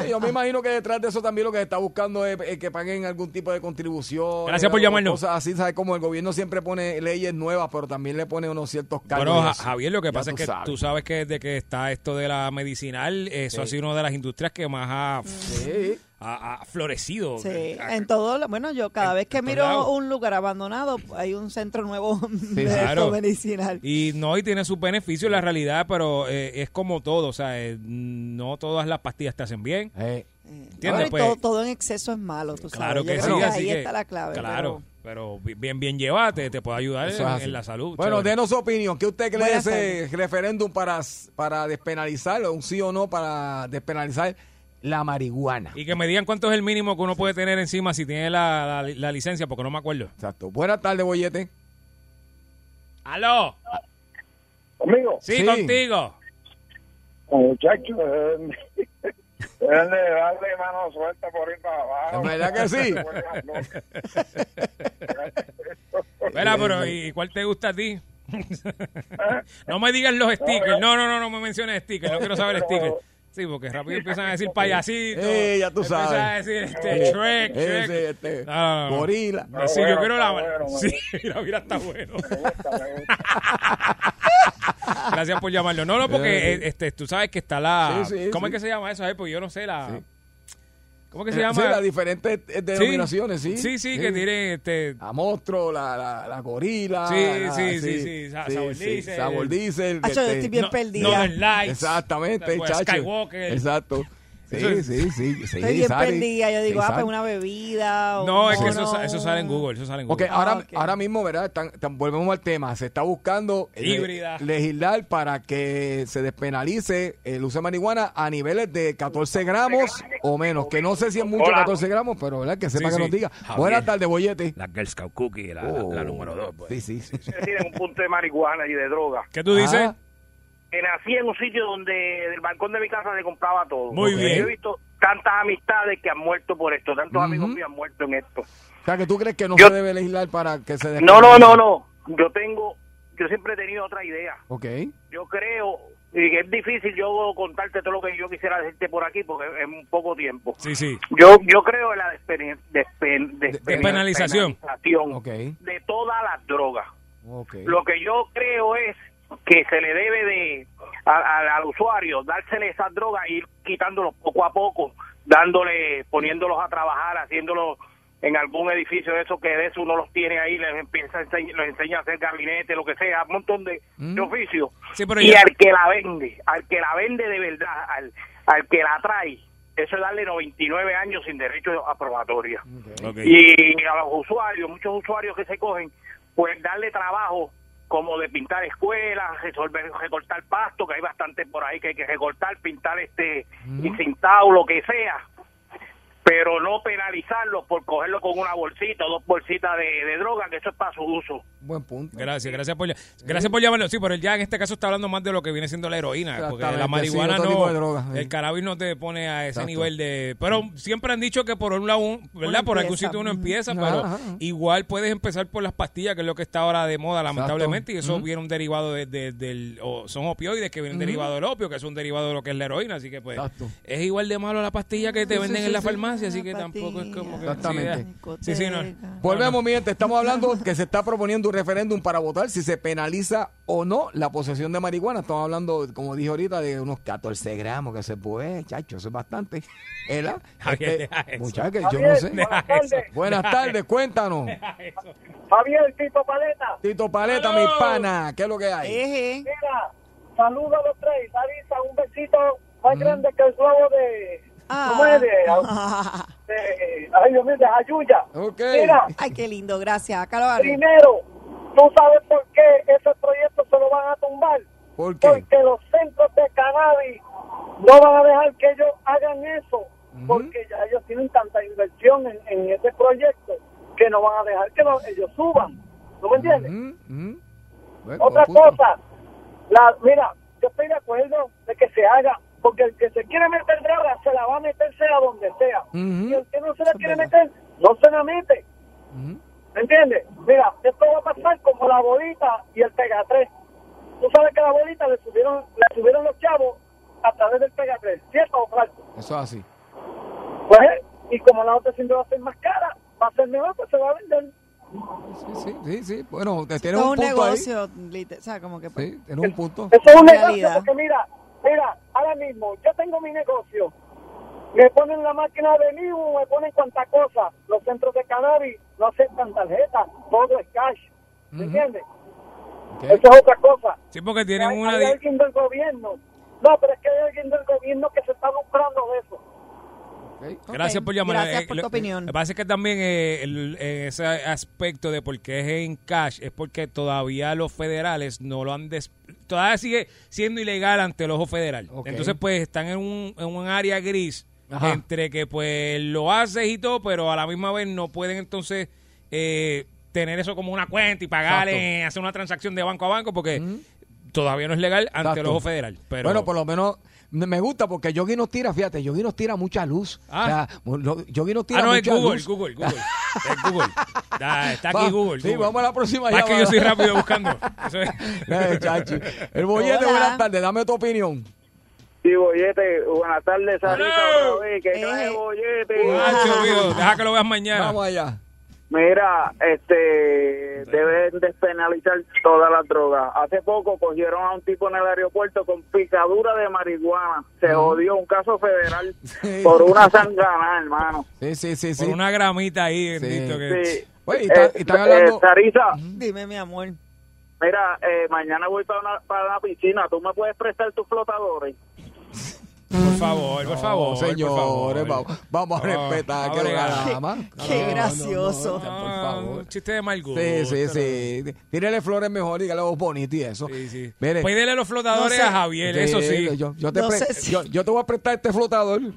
[SPEAKER 4] eh, yo me imagino que detrás de eso también lo que se está buscando es, eh, que paguen algún tipo de contribución.
[SPEAKER 3] Gracias por
[SPEAKER 4] eh,
[SPEAKER 3] llamarnos.
[SPEAKER 4] Cosas así, ¿sabes? Como el gobierno siempre pone leyes nuevas, pero también le pone unos ciertos cargos.
[SPEAKER 3] Bueno,
[SPEAKER 4] y
[SPEAKER 3] Ja-
[SPEAKER 4] eso.
[SPEAKER 3] Javier, lo que
[SPEAKER 4] Ya
[SPEAKER 3] pasa es que
[SPEAKER 4] sabes.
[SPEAKER 3] tú sabes que desde que está esto de la medicinal, eso
[SPEAKER 4] Sí.
[SPEAKER 3] ha sido una de las industrias que más ha,
[SPEAKER 4] Sí.
[SPEAKER 3] ha- ha florecido.
[SPEAKER 2] Sí,
[SPEAKER 3] Ha-
[SPEAKER 2] en todo, lo- bueno, yo cada
[SPEAKER 3] en
[SPEAKER 2] vez que
[SPEAKER 3] todos
[SPEAKER 2] miro
[SPEAKER 3] lados.
[SPEAKER 2] un lugar abandonado, hay un centro nuevo de esto
[SPEAKER 3] claro.
[SPEAKER 2] medicinal.
[SPEAKER 3] Y no, y tiene sus beneficios, la realidad, pero eh, es como todo, o sea, eh, no todas las pastillas te hacen bien.
[SPEAKER 4] Eh,
[SPEAKER 3] ¿Entiendes?
[SPEAKER 2] Ahora, y
[SPEAKER 3] Pues-
[SPEAKER 2] todo, todo en exceso es malo, tú
[SPEAKER 3] Claro
[SPEAKER 2] sabes.
[SPEAKER 3] que
[SPEAKER 2] Yo
[SPEAKER 3] sí,
[SPEAKER 2] creo que
[SPEAKER 3] así
[SPEAKER 2] ahí
[SPEAKER 3] que-
[SPEAKER 2] está la clave.
[SPEAKER 3] Claro,
[SPEAKER 2] pero-
[SPEAKER 3] pero, bien, bien llévate, te puede ayudar
[SPEAKER 4] eso
[SPEAKER 3] en,
[SPEAKER 4] es así.
[SPEAKER 3] en la salud.
[SPEAKER 4] Bueno,
[SPEAKER 3] chévere.
[SPEAKER 4] denos su opinión. ¿Qué usted cree de
[SPEAKER 2] Buenas
[SPEAKER 4] ese referéndum para, para despenalizarlo? ¿Un sí o no para despenalizar la marihuana?
[SPEAKER 3] Y que me digan cuánto es el mínimo que uno puede tener encima si tiene la, la- la licencia, porque no me acuerdo.
[SPEAKER 4] Exacto. Buenas tardes, Bollete.
[SPEAKER 3] ¡Aló!
[SPEAKER 8] Conmigo,
[SPEAKER 3] Sí,
[SPEAKER 4] Sí.
[SPEAKER 3] contigo.
[SPEAKER 8] muchachos, déjenle darle mano suelta por ir para abajo.
[SPEAKER 4] ¿En verdad que sí?
[SPEAKER 3] Espera, pero ¿y cuál te gusta a ti? no me digas los stickers. No, no, no, no me menciones stickers. No quiero saber stickers. Sí, porque rápido empiezan a decir payasito.
[SPEAKER 4] Eh, ya tú
[SPEAKER 3] empiezan
[SPEAKER 4] sabes. Eh,
[SPEAKER 3] a decir este, Shrek, Shrek.
[SPEAKER 4] Ese, este,
[SPEAKER 3] No, no, no.
[SPEAKER 4] Gorila.
[SPEAKER 3] No, sí, yo
[SPEAKER 8] bueno,
[SPEAKER 3] quiero la...
[SPEAKER 8] está bueno,
[SPEAKER 3] sí, mira, mira, está bueno. Gracias por llamarlo. No, no, porque eh, este, tú sabes que está la...
[SPEAKER 4] Sí, sí,
[SPEAKER 3] ¿Cómo
[SPEAKER 4] sí.
[SPEAKER 3] es que se llama eso? Ay, pues yo no sé la... ¿Cómo que se
[SPEAKER 4] Eh, Sí,
[SPEAKER 3] llama?
[SPEAKER 4] las diferentes eh, denominaciones, sí.
[SPEAKER 3] Sí, sí, que tiene este...
[SPEAKER 4] La monstruo, la, la, la gorila.
[SPEAKER 3] Sí,
[SPEAKER 4] la-
[SPEAKER 3] sí, sí, sí, sa- sabor diésel.
[SPEAKER 4] sabor diésel,
[SPEAKER 2] Acho, Ah, yo
[SPEAKER 4] este,
[SPEAKER 2] estoy bien
[SPEAKER 3] no-
[SPEAKER 2] perdida.
[SPEAKER 3] Northern Lights.
[SPEAKER 4] Exactamente,
[SPEAKER 3] Pues,
[SPEAKER 4] chacho.
[SPEAKER 3] Skywalker.
[SPEAKER 4] Exacto.
[SPEAKER 3] Eso
[SPEAKER 4] Sí,
[SPEAKER 3] es-
[SPEAKER 4] sí, sí. sí,
[SPEAKER 2] Estoy bien
[SPEAKER 4] sale.
[SPEAKER 2] perdida. Yo digo,
[SPEAKER 4] Sí,
[SPEAKER 2] ah,
[SPEAKER 4] sale.
[SPEAKER 2] pues una bebida. o
[SPEAKER 3] No, es que
[SPEAKER 2] un
[SPEAKER 3] eso, sa-
[SPEAKER 2] mono.
[SPEAKER 3] eso sale en Google, eso sale en
[SPEAKER 4] Ok,
[SPEAKER 3] Google.
[SPEAKER 4] ahora,
[SPEAKER 2] Ah, ok.
[SPEAKER 4] ahora mismo, ¿verdad? Están- están- volvemos al tema. Se está buscando eh,
[SPEAKER 3] Híbrida.
[SPEAKER 4] legislar para que se despenalice el uso de marihuana a niveles de 14 gramos o menos. Que no sé si es mucho 14 gramos, pero ¿verdad? Que sepa
[SPEAKER 3] Sí,
[SPEAKER 4] que
[SPEAKER 3] sí.
[SPEAKER 4] nos diga.
[SPEAKER 9] Javier.
[SPEAKER 4] Buenas tardes, Bollete.
[SPEAKER 9] La Girl Scout Cookie, la,
[SPEAKER 4] Oh.
[SPEAKER 9] la- la número dos. pues.
[SPEAKER 4] Sí, sí. sí.
[SPEAKER 8] Tienen un punto de marihuana y de droga.
[SPEAKER 3] ¿Qué tú dices?
[SPEAKER 4] Ah,
[SPEAKER 8] Que nací en un sitio donde del balcón de mi casa se compraba todo.
[SPEAKER 3] Muy
[SPEAKER 8] Porque
[SPEAKER 3] bien.
[SPEAKER 8] Yo he visto tantas amistades que han muerto por esto, tantos
[SPEAKER 4] Ujú.
[SPEAKER 8] amigos míos han muerto en esto.
[SPEAKER 4] o sea, que tú crees que no
[SPEAKER 8] Yo-
[SPEAKER 4] se debe legislar para que se
[SPEAKER 8] No, no, no, no. Yo tengo, yo siempre he tenido otra idea.
[SPEAKER 4] Ok.
[SPEAKER 8] Yo creo, y es difícil yo contarte todo lo que yo quisiera decirte por aquí porque es un poco tiempo.
[SPEAKER 3] Sí, sí.
[SPEAKER 8] Yo, yo creo en la despen- despen- despen-
[SPEAKER 3] Despenalización.
[SPEAKER 8] penalización
[SPEAKER 4] Ok.
[SPEAKER 8] de todas las drogas.
[SPEAKER 4] Ok.
[SPEAKER 8] Lo que yo creo es que se le debe de a- a- al usuario dársele esas drogas ir quitándolos poco a poco, dándole, poniéndolos a trabajar, haciéndolos en algún edificio de esos que de eso uno los tiene ahí, les empieza a ense- los enseña a hacer gabinete, lo que sea, un montón de, de oficios.
[SPEAKER 3] Mm. Sí, pero
[SPEAKER 8] y
[SPEAKER 3] ya-
[SPEAKER 8] al que la vende, al que la vende de verdad, al, al que la trae, eso es darle 99 años sin derecho a probatoria
[SPEAKER 3] Ok.
[SPEAKER 8] y a los usuarios, muchos usuarios que se cogen, pues darle trabajo como de pintar escuelas, resolver, recortar pasto, que hay bastante por ahí que hay que recortar, pintar este incintado, lo que sea, pero no penalizarlos por cogerlo con una bolsita o dos bolsitas de, de droga, que eso es para su uso.
[SPEAKER 4] Buen punto.
[SPEAKER 3] Gracias, gracias por, gracias por llamarlo. Sí, pero él ya en este caso está hablando más de lo que viene siendo la heroína, porque
[SPEAKER 4] Exactamente,
[SPEAKER 3] la
[SPEAKER 4] sí,
[SPEAKER 3] marihuana
[SPEAKER 4] otro tipo de droga,
[SPEAKER 3] no,
[SPEAKER 4] sí.
[SPEAKER 3] el cannabis no te pone a ese
[SPEAKER 4] Exacto.
[SPEAKER 3] nivel de... Pero siempre han dicho que por un lado, un- ¿verdad?
[SPEAKER 2] Uno
[SPEAKER 3] por algún
[SPEAKER 2] empieza.
[SPEAKER 3] sitio uno
[SPEAKER 2] Ujú.
[SPEAKER 3] empieza,
[SPEAKER 4] Ajá,
[SPEAKER 3] pero
[SPEAKER 4] ajá.
[SPEAKER 3] igual puedes empezar por las pastillas, que es lo que está ahora de moda, lamentablemente, y eso viene un derivado de- de- del... o son opioides que vienen derivado del opio, que es un derivado de lo que es la heroína, así que pues...
[SPEAKER 4] Exacto.
[SPEAKER 3] Es igual de malo la pastilla que te
[SPEAKER 2] Sí,
[SPEAKER 3] venden
[SPEAKER 2] sí,
[SPEAKER 3] en la
[SPEAKER 2] sí.
[SPEAKER 3] farmacia, así
[SPEAKER 2] Una
[SPEAKER 3] que tampoco es como que...
[SPEAKER 4] Exactamente.
[SPEAKER 3] Sí, sí, no.
[SPEAKER 2] Discoteca.
[SPEAKER 4] Volvemos, mi gente. Estamos hablando que se está proponiendo un referéndum para votar si se penaliza o no la posesión de marihuana. Estamos hablando, como dije ahorita, de unos 14 gramos, que se puede, chacho, eso es bastante. ¿Ela?
[SPEAKER 3] Javier, deja eso.
[SPEAKER 4] muchacha, yo no sé.
[SPEAKER 3] Deja eso.
[SPEAKER 4] Buenas tardes, cuéntanos.
[SPEAKER 7] Javier, Tito Paleta,
[SPEAKER 4] Tito Paleta,
[SPEAKER 3] Hello.
[SPEAKER 4] mi pana, ¿qué es lo que hay?
[SPEAKER 7] Eh,
[SPEAKER 2] Eje.
[SPEAKER 7] mira, saludos a los tres, avisa un besito
[SPEAKER 4] Mm.
[SPEAKER 7] más grande que el globo de... ¿Cómo es? De,
[SPEAKER 2] Ah.
[SPEAKER 7] de- ay, Dios mío, de Jayuya.
[SPEAKER 4] Ok.
[SPEAKER 7] Mira,
[SPEAKER 2] Ay, qué lindo, gracias. Acá lo hago.
[SPEAKER 7] primero, ¿tú sabes por qué ese proyecto se lo van a tumbar?
[SPEAKER 4] ¿Por qué?
[SPEAKER 7] Porque los centros de cannabis no van a dejar que ellos hagan eso, porque ya ellos tienen tanta inversión en, en ese proyecto que no van a dejar que lo- ellos suban. ¿No me entiendes?
[SPEAKER 4] Mm, mm.
[SPEAKER 2] Eh,
[SPEAKER 4] Bueno,
[SPEAKER 7] Otra
[SPEAKER 4] punto.
[SPEAKER 7] cosa, la, mira, yo estoy de acuerdo de que se haga, porque el que se quiere meter droga se la va a meter sea donde sea.
[SPEAKER 4] Ujú.
[SPEAKER 7] Y el que no se
[SPEAKER 2] Eso
[SPEAKER 7] la
[SPEAKER 2] es
[SPEAKER 7] quiere
[SPEAKER 2] verdad.
[SPEAKER 7] meter, no se la mete.
[SPEAKER 4] Ujú.
[SPEAKER 7] ¿Me entiendes? Mira, esto va a pasar como la bolita y el Pega3. Tú sabes que a la bolita le subieron, le subieron los chavos a través del Pega3, ¿cierto o falso?
[SPEAKER 4] Eso es así.
[SPEAKER 7] Pues, eh, y como la otra siempre va a ser más cara, va a ser mejor, pues se va a vender.
[SPEAKER 4] Sí, sí, sí. sí. Bueno, te
[SPEAKER 2] Es
[SPEAKER 4] tienes
[SPEAKER 2] un,
[SPEAKER 4] un punto
[SPEAKER 2] negocio, lite- o sea, como que... pues,
[SPEAKER 4] ahí. Sí, tienes un punto.
[SPEAKER 7] Eso es un negocio,
[SPEAKER 2] Realidad.
[SPEAKER 7] porque mira, mira, ahora mismo yo tengo mi negocio. Me ponen la máquina de Libu, me ponen cuanta cosa. Los centros de cannabis no aceptan tarjeta, todo es cash. ¿Me entiendes?
[SPEAKER 4] Ok.
[SPEAKER 7] Esa es otra cosa.
[SPEAKER 3] Sí, porque tienen
[SPEAKER 7] hay,
[SPEAKER 3] una...
[SPEAKER 7] hay
[SPEAKER 3] di-
[SPEAKER 7] alguien del gobierno. No, pero es que hay alguien del gobierno que se está lucrando de eso.
[SPEAKER 4] Ok.
[SPEAKER 3] Gracias
[SPEAKER 2] Ok,
[SPEAKER 3] por llamar.
[SPEAKER 2] gracias
[SPEAKER 3] Eh,
[SPEAKER 2] por
[SPEAKER 3] lo-
[SPEAKER 2] tu opinión.
[SPEAKER 3] Lo que pasa es que también eh, el- eh, ese aspecto de por qué es en cash es porque todavía los federales no lo han... des- todavía sigue siendo ilegal ante el ojo federal.
[SPEAKER 4] Ok.
[SPEAKER 3] Entonces, pues, están en un, en un área gris
[SPEAKER 4] Ajá.
[SPEAKER 3] entre que, pues, lo haces y todo, pero a la misma vez no pueden, entonces, eh, tener eso como una cuenta y pagarle, hacer una transacción de banco a banco porque... Todavía no es legal ante el
[SPEAKER 4] Exacto.
[SPEAKER 3] ojo federal. Pero
[SPEAKER 4] Bueno, por lo menos me me gusta porque Yogi nos tira, fíjate, Yogi nos tira mucha luz.
[SPEAKER 3] Ah.
[SPEAKER 4] O sea, lo- Yogi nos tira
[SPEAKER 3] Ah, no, es
[SPEAKER 4] mucha
[SPEAKER 3] Google,
[SPEAKER 4] luz.
[SPEAKER 3] Google, Google. Es Google. Da, está aquí
[SPEAKER 4] Va-
[SPEAKER 3] Google.
[SPEAKER 4] sí,
[SPEAKER 3] Google.
[SPEAKER 4] vamos a la próxima
[SPEAKER 3] Es que
[SPEAKER 4] llamada.
[SPEAKER 3] yo soy rápido buscando. Eso es.
[SPEAKER 4] Eh, chachi. El bollete,
[SPEAKER 2] Hola.
[SPEAKER 4] buenas tardes, dame tu opinión.
[SPEAKER 8] Sí, bollete, buenas tardes,
[SPEAKER 3] Hello.
[SPEAKER 8] Sarita, otra vez, que trae
[SPEAKER 2] Eh.
[SPEAKER 8] bollete.
[SPEAKER 3] Macho, amigo, deja que lo veas mañana.
[SPEAKER 4] Vamos allá.
[SPEAKER 8] Mira, este, deben despenalizar todas las drogas. Hace poco cogieron a un tipo en el aeropuerto con picadura de marihuana. Se jodió un caso federal
[SPEAKER 4] Sí.
[SPEAKER 8] por una sangana, hermano.
[SPEAKER 4] Sí, sí, sí, sí.
[SPEAKER 3] Por una gramita ahí, bendito. Que...
[SPEAKER 8] Sí.
[SPEAKER 4] Oye, y
[SPEAKER 7] Eh,
[SPEAKER 4] está- y están hablando-
[SPEAKER 8] Eh, Sarisa,
[SPEAKER 2] Dime, mi amor.
[SPEAKER 8] mira, eh, mañana voy para una, para una piscina. ¿Tú me puedes prestar tus flotadores?
[SPEAKER 3] Por favor, por favor.
[SPEAKER 4] No,
[SPEAKER 3] por
[SPEAKER 4] señores,
[SPEAKER 3] favor.
[SPEAKER 4] vamos, vamos a
[SPEAKER 3] No,
[SPEAKER 4] respetar
[SPEAKER 3] no,
[SPEAKER 4] que
[SPEAKER 3] brega.
[SPEAKER 4] la dama.
[SPEAKER 2] Qué
[SPEAKER 4] No, no, no,
[SPEAKER 2] gracioso.
[SPEAKER 4] no, por
[SPEAKER 3] Ah,
[SPEAKER 4] favor.
[SPEAKER 3] un chiste de mal gusto.
[SPEAKER 4] Sí, sí, sí. Tírale flores mejor y que voz bonita y eso.
[SPEAKER 3] Sí, sí.
[SPEAKER 4] Mire.
[SPEAKER 3] Pídele los flotadores
[SPEAKER 2] No sé.
[SPEAKER 3] a Javier, eso sí.
[SPEAKER 4] Yo, yo te
[SPEAKER 2] No
[SPEAKER 4] pre-
[SPEAKER 2] sé si-
[SPEAKER 4] yo, yo te voy a prestar este flotador.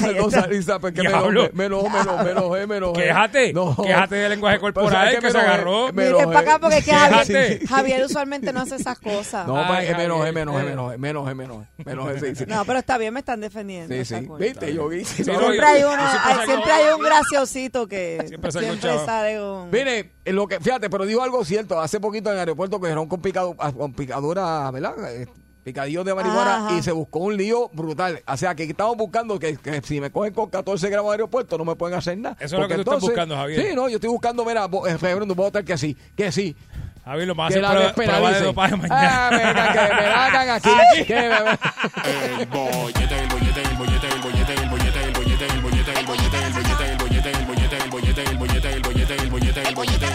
[SPEAKER 4] Perdón, Sarisa, porque me
[SPEAKER 3] Diablo.
[SPEAKER 4] enojé, me enojé, me enojé, me enojé, me enojé.
[SPEAKER 3] Quéjate, quéjate del lenguaje corporal
[SPEAKER 4] ¿sabes qué?
[SPEAKER 3] que se
[SPEAKER 4] Me enojé, me
[SPEAKER 3] agarró.
[SPEAKER 2] Miren para
[SPEAKER 4] enojé.
[SPEAKER 2] acá porque es que
[SPEAKER 3] Fíjate.
[SPEAKER 2] Javier, Javier usualmente no hace esas cosas.
[SPEAKER 4] No,
[SPEAKER 2] No,
[SPEAKER 4] pa-
[SPEAKER 3] Ay,
[SPEAKER 4] eh, me enojé,
[SPEAKER 3] Javier.
[SPEAKER 4] me enojé, me enojé, me enojé, me enojé, me enojé, sí, sí.
[SPEAKER 2] pero está bien, me están defendiendo.
[SPEAKER 4] Sí,
[SPEAKER 2] está
[SPEAKER 4] sí.
[SPEAKER 2] cool.
[SPEAKER 4] Viste, yo vi.
[SPEAKER 3] Sí, no,
[SPEAKER 2] Siempre
[SPEAKER 3] yo-
[SPEAKER 2] hay
[SPEAKER 3] yo
[SPEAKER 2] uno,
[SPEAKER 3] siempre
[SPEAKER 2] hay-
[SPEAKER 3] saco-
[SPEAKER 2] siempre hay un graciosito que
[SPEAKER 3] Siempre
[SPEAKER 2] siempre,
[SPEAKER 3] saco el chavo.
[SPEAKER 2] sale un...
[SPEAKER 4] Mire, en lo que, fíjate, pero dijo algo cierto. Hace poquito en el aeropuerto cogieron con, picado, con picadura, ¿verdad? Eh, Picadillos de marihuana
[SPEAKER 2] Ajá.
[SPEAKER 4] y se buscó un lío brutal. O sea, que estamos buscando que, que si me cogen con 14 gramos de aeropuerto no me pueden hacer nada.
[SPEAKER 3] Eso es lo
[SPEAKER 4] Porque
[SPEAKER 3] que tú estás buscando, Javier.
[SPEAKER 4] Sí, no, yo estoy buscando, mira, bo- eh, Fernando, voy a votar que sí, que sí.
[SPEAKER 3] Javier, lo más
[SPEAKER 4] Que
[SPEAKER 3] hace
[SPEAKER 4] la
[SPEAKER 3] prueba,
[SPEAKER 4] despenalice.
[SPEAKER 3] prueba de dopaje
[SPEAKER 4] Ah, me
[SPEAKER 3] mañana.
[SPEAKER 4] hagan- que me la hagan Ah, aquí. que me-
[SPEAKER 9] El bollete, el bollete, el bollete, el bollete, el bollete, el bollete, el bollete, el bollete, el bollete, el bollete, el bollete, el bollete, el bollete, el bollete, el bollete, el bollete.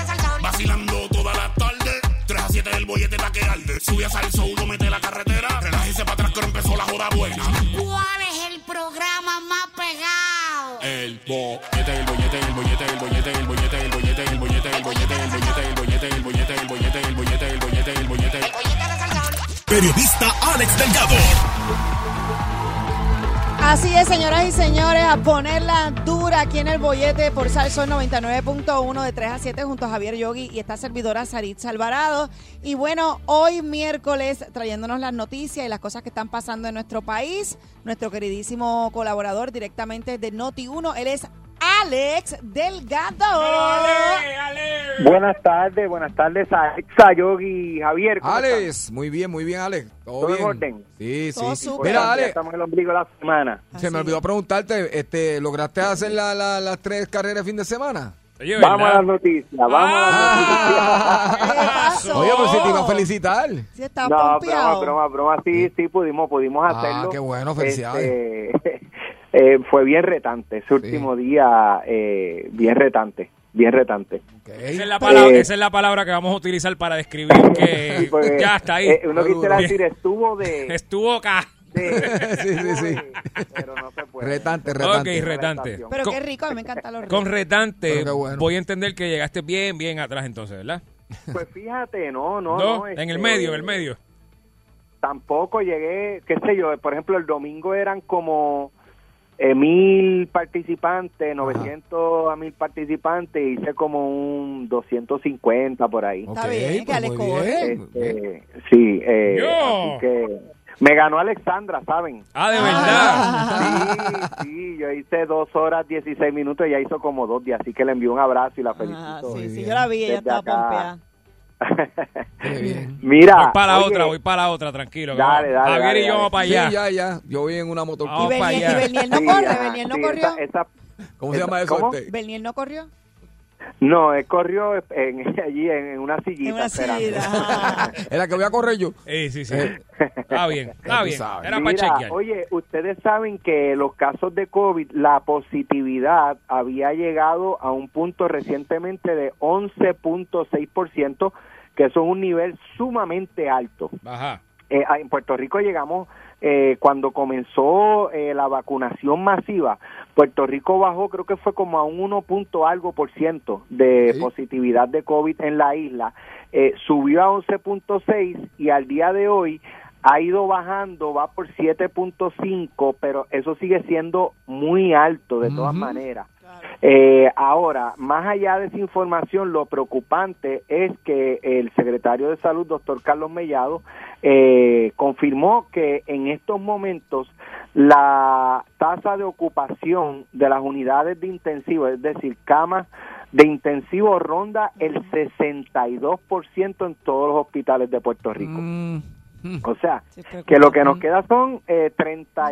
[SPEAKER 9] Vacilando toda la tarde, 3 a 7 del bollete la que arde. Sube a salso, uno mete la carretera, relájese para atrás que ahora empezó la joda buena.
[SPEAKER 10] ¿Cuál es el programa más pegado?
[SPEAKER 9] El bollete, el bollete, el bollete, el bollete, el bollete, el bollete, el bollete, el bollete, el bollete, el bollete, el bollete, el bollete, el bollete, el bollete, el bollete.
[SPEAKER 11] Periodista Alex Delgado.
[SPEAKER 2] Así es, señoras y señores, a ponerla dura aquí en el bollete por Salsón 99.1 de 3 a 7 junto a Javier Yogi y esta servidora Saritza Alvarado. Y bueno, hoy miércoles trayéndonos las noticias y las cosas que están pasando en nuestro país, nuestro queridísimo colaborador directamente de Noti1, él es Alex Delgado.
[SPEAKER 3] Ale, ale.
[SPEAKER 7] Buenas tardes, buenas tardes a Yogi, Javier.
[SPEAKER 4] Alex, muy bien, muy bien, Alex. Todo,
[SPEAKER 7] ¿Todo en
[SPEAKER 4] bien.
[SPEAKER 7] orden?
[SPEAKER 4] Sí, sí.
[SPEAKER 2] Todo Oh, súper. Ah,
[SPEAKER 4] Mira, Alex,
[SPEAKER 7] Estamos en el ombligo de la semana.
[SPEAKER 4] Se me
[SPEAKER 2] Así
[SPEAKER 4] olvidó
[SPEAKER 2] es.
[SPEAKER 4] preguntarte, este, ¿lograste hacer la- la- las tres carreras de fin de semana?
[SPEAKER 3] Oye,
[SPEAKER 7] Vamos a
[SPEAKER 3] ¿verdad?
[SPEAKER 7] las noticias, vamos
[SPEAKER 4] Ah.
[SPEAKER 2] ¿Qué
[SPEAKER 3] Ah.
[SPEAKER 2] pasó?
[SPEAKER 4] Oye, pues si te iba a felicitar.
[SPEAKER 2] Sí, está
[SPEAKER 7] a las No, broma,
[SPEAKER 2] pompeado.
[SPEAKER 7] broma, broma, sí, sí, pudimos, pudimos
[SPEAKER 4] Ah,
[SPEAKER 7] hacerlo.
[SPEAKER 4] qué bueno, felicidades.
[SPEAKER 7] Este, eh, fue bien retante, ese último día, eh, bien retante, bien retante.
[SPEAKER 4] Ok.
[SPEAKER 3] Esa es, la palabra,
[SPEAKER 7] Eh.
[SPEAKER 3] esa es la palabra que vamos a utilizar para describir que
[SPEAKER 7] Sí, porque,
[SPEAKER 3] ya está ahí.
[SPEAKER 7] eh, uno quisiera
[SPEAKER 3] Bien.
[SPEAKER 7] decir, estuvo de...
[SPEAKER 3] Estuvo acá.
[SPEAKER 7] de-
[SPEAKER 4] Sí, sí, sí.
[SPEAKER 7] Pero no se puede.
[SPEAKER 4] Retante, retante.
[SPEAKER 3] Ok, retante.
[SPEAKER 2] Pero
[SPEAKER 3] Con-
[SPEAKER 2] qué rico, a mí me encantan los
[SPEAKER 3] Con retante,
[SPEAKER 4] Pero qué bueno.
[SPEAKER 3] voy a entender que llegaste bien, bien atrás entonces, ¿verdad?
[SPEAKER 7] Pues fíjate, no, no,
[SPEAKER 3] ¿No?
[SPEAKER 7] no.
[SPEAKER 3] en el
[SPEAKER 7] este,
[SPEAKER 3] medio, en el medio.
[SPEAKER 7] Tampoco llegué, qué sé yo, por ejemplo, el domingo eran como
[SPEAKER 12] eh, mil participantes, 900 a mil participantes, hice como un 250 por ahí.
[SPEAKER 2] Está bien, que Alex
[SPEAKER 4] pues muy bien, muy bien.
[SPEAKER 12] Este, sí, eh,
[SPEAKER 3] Yo.
[SPEAKER 12] así que me ganó Alexandra, ¿saben?
[SPEAKER 3] Ah, de verdad.
[SPEAKER 2] Ah.
[SPEAKER 12] Sí, sí, yo hice dos horas 16 minutos, ella hizo como dos días, así que le envío un abrazo y la
[SPEAKER 2] Ah,
[SPEAKER 12] felicito.
[SPEAKER 2] sí, sí,
[SPEAKER 4] bien.
[SPEAKER 2] yo la vi, ella estaba
[SPEAKER 12] Desde acá.
[SPEAKER 2] pompeada.
[SPEAKER 4] Qué bien.
[SPEAKER 12] Mira,
[SPEAKER 3] Voy para
[SPEAKER 12] oye,
[SPEAKER 3] otra, voy para otra, tranquilo. que
[SPEAKER 12] Dale,
[SPEAKER 3] vamos.
[SPEAKER 12] dale,
[SPEAKER 3] Javier y
[SPEAKER 12] dale,
[SPEAKER 3] yo
[SPEAKER 12] dale.
[SPEAKER 3] vamos para
[SPEAKER 4] Sí,
[SPEAKER 3] allá.
[SPEAKER 4] ya, ya. Yo vi en una
[SPEAKER 3] Vamos
[SPEAKER 2] Y
[SPEAKER 4] motoquilla.
[SPEAKER 3] pa'
[SPEAKER 2] Bernier,
[SPEAKER 3] allá.
[SPEAKER 2] y Bernier no
[SPEAKER 12] sí,
[SPEAKER 2] corre,
[SPEAKER 12] ajá,
[SPEAKER 2] Bernier no
[SPEAKER 12] sí,
[SPEAKER 2] corrió.
[SPEAKER 12] esa- esa-
[SPEAKER 4] ¿Cómo se llama eso?
[SPEAKER 12] ¿Cómo?
[SPEAKER 4] este?
[SPEAKER 2] Bernier no corrió.
[SPEAKER 12] no, él corrió en- allí en, en una sillita.
[SPEAKER 2] En una
[SPEAKER 12] esperando.
[SPEAKER 2] silla. ajá.
[SPEAKER 4] Es la que voy a correr yo.
[SPEAKER 3] Eh, sí, sí.
[SPEAKER 4] Eh.
[SPEAKER 3] Está bien,
[SPEAKER 4] Ya
[SPEAKER 3] está
[SPEAKER 4] tú
[SPEAKER 3] bien.
[SPEAKER 4] sabes.
[SPEAKER 3] Era para
[SPEAKER 12] Mira,
[SPEAKER 3] chequear.
[SPEAKER 12] Oye, ustedes saben que los casos de COVID, la positividad había llegado a un punto recientemente de 11.6%, que eso es un nivel sumamente alto.
[SPEAKER 3] Ajá.
[SPEAKER 12] Eh, ah, en Puerto Rico llegamos eh, cuando comenzó eh, la vacunación masiva. Puerto Rico bajó, creo que fue como a un 1 punto algo por ciento de
[SPEAKER 4] Sí.
[SPEAKER 12] positividad de COVID en la isla. Eh, subió a 11.6 y al día de hoy ha ido bajando, va por 7.5, pero eso sigue siendo muy alto de todas
[SPEAKER 4] Ujú.
[SPEAKER 12] maneras. Eh, ahora, más allá de esa información, lo preocupante es que el secretario de Salud, doctor Carlos Mellado, eh, confirmó que en estos momentos la tasa de ocupación de las unidades de intensivo, es decir, camas de intensivo, ronda el 62% en todos los hospitales de Puerto Rico.
[SPEAKER 4] Mm, mm.
[SPEAKER 12] O sea,
[SPEAKER 2] Sí, estoy
[SPEAKER 12] que lo que nos
[SPEAKER 2] ocupada.
[SPEAKER 12] queda son eh,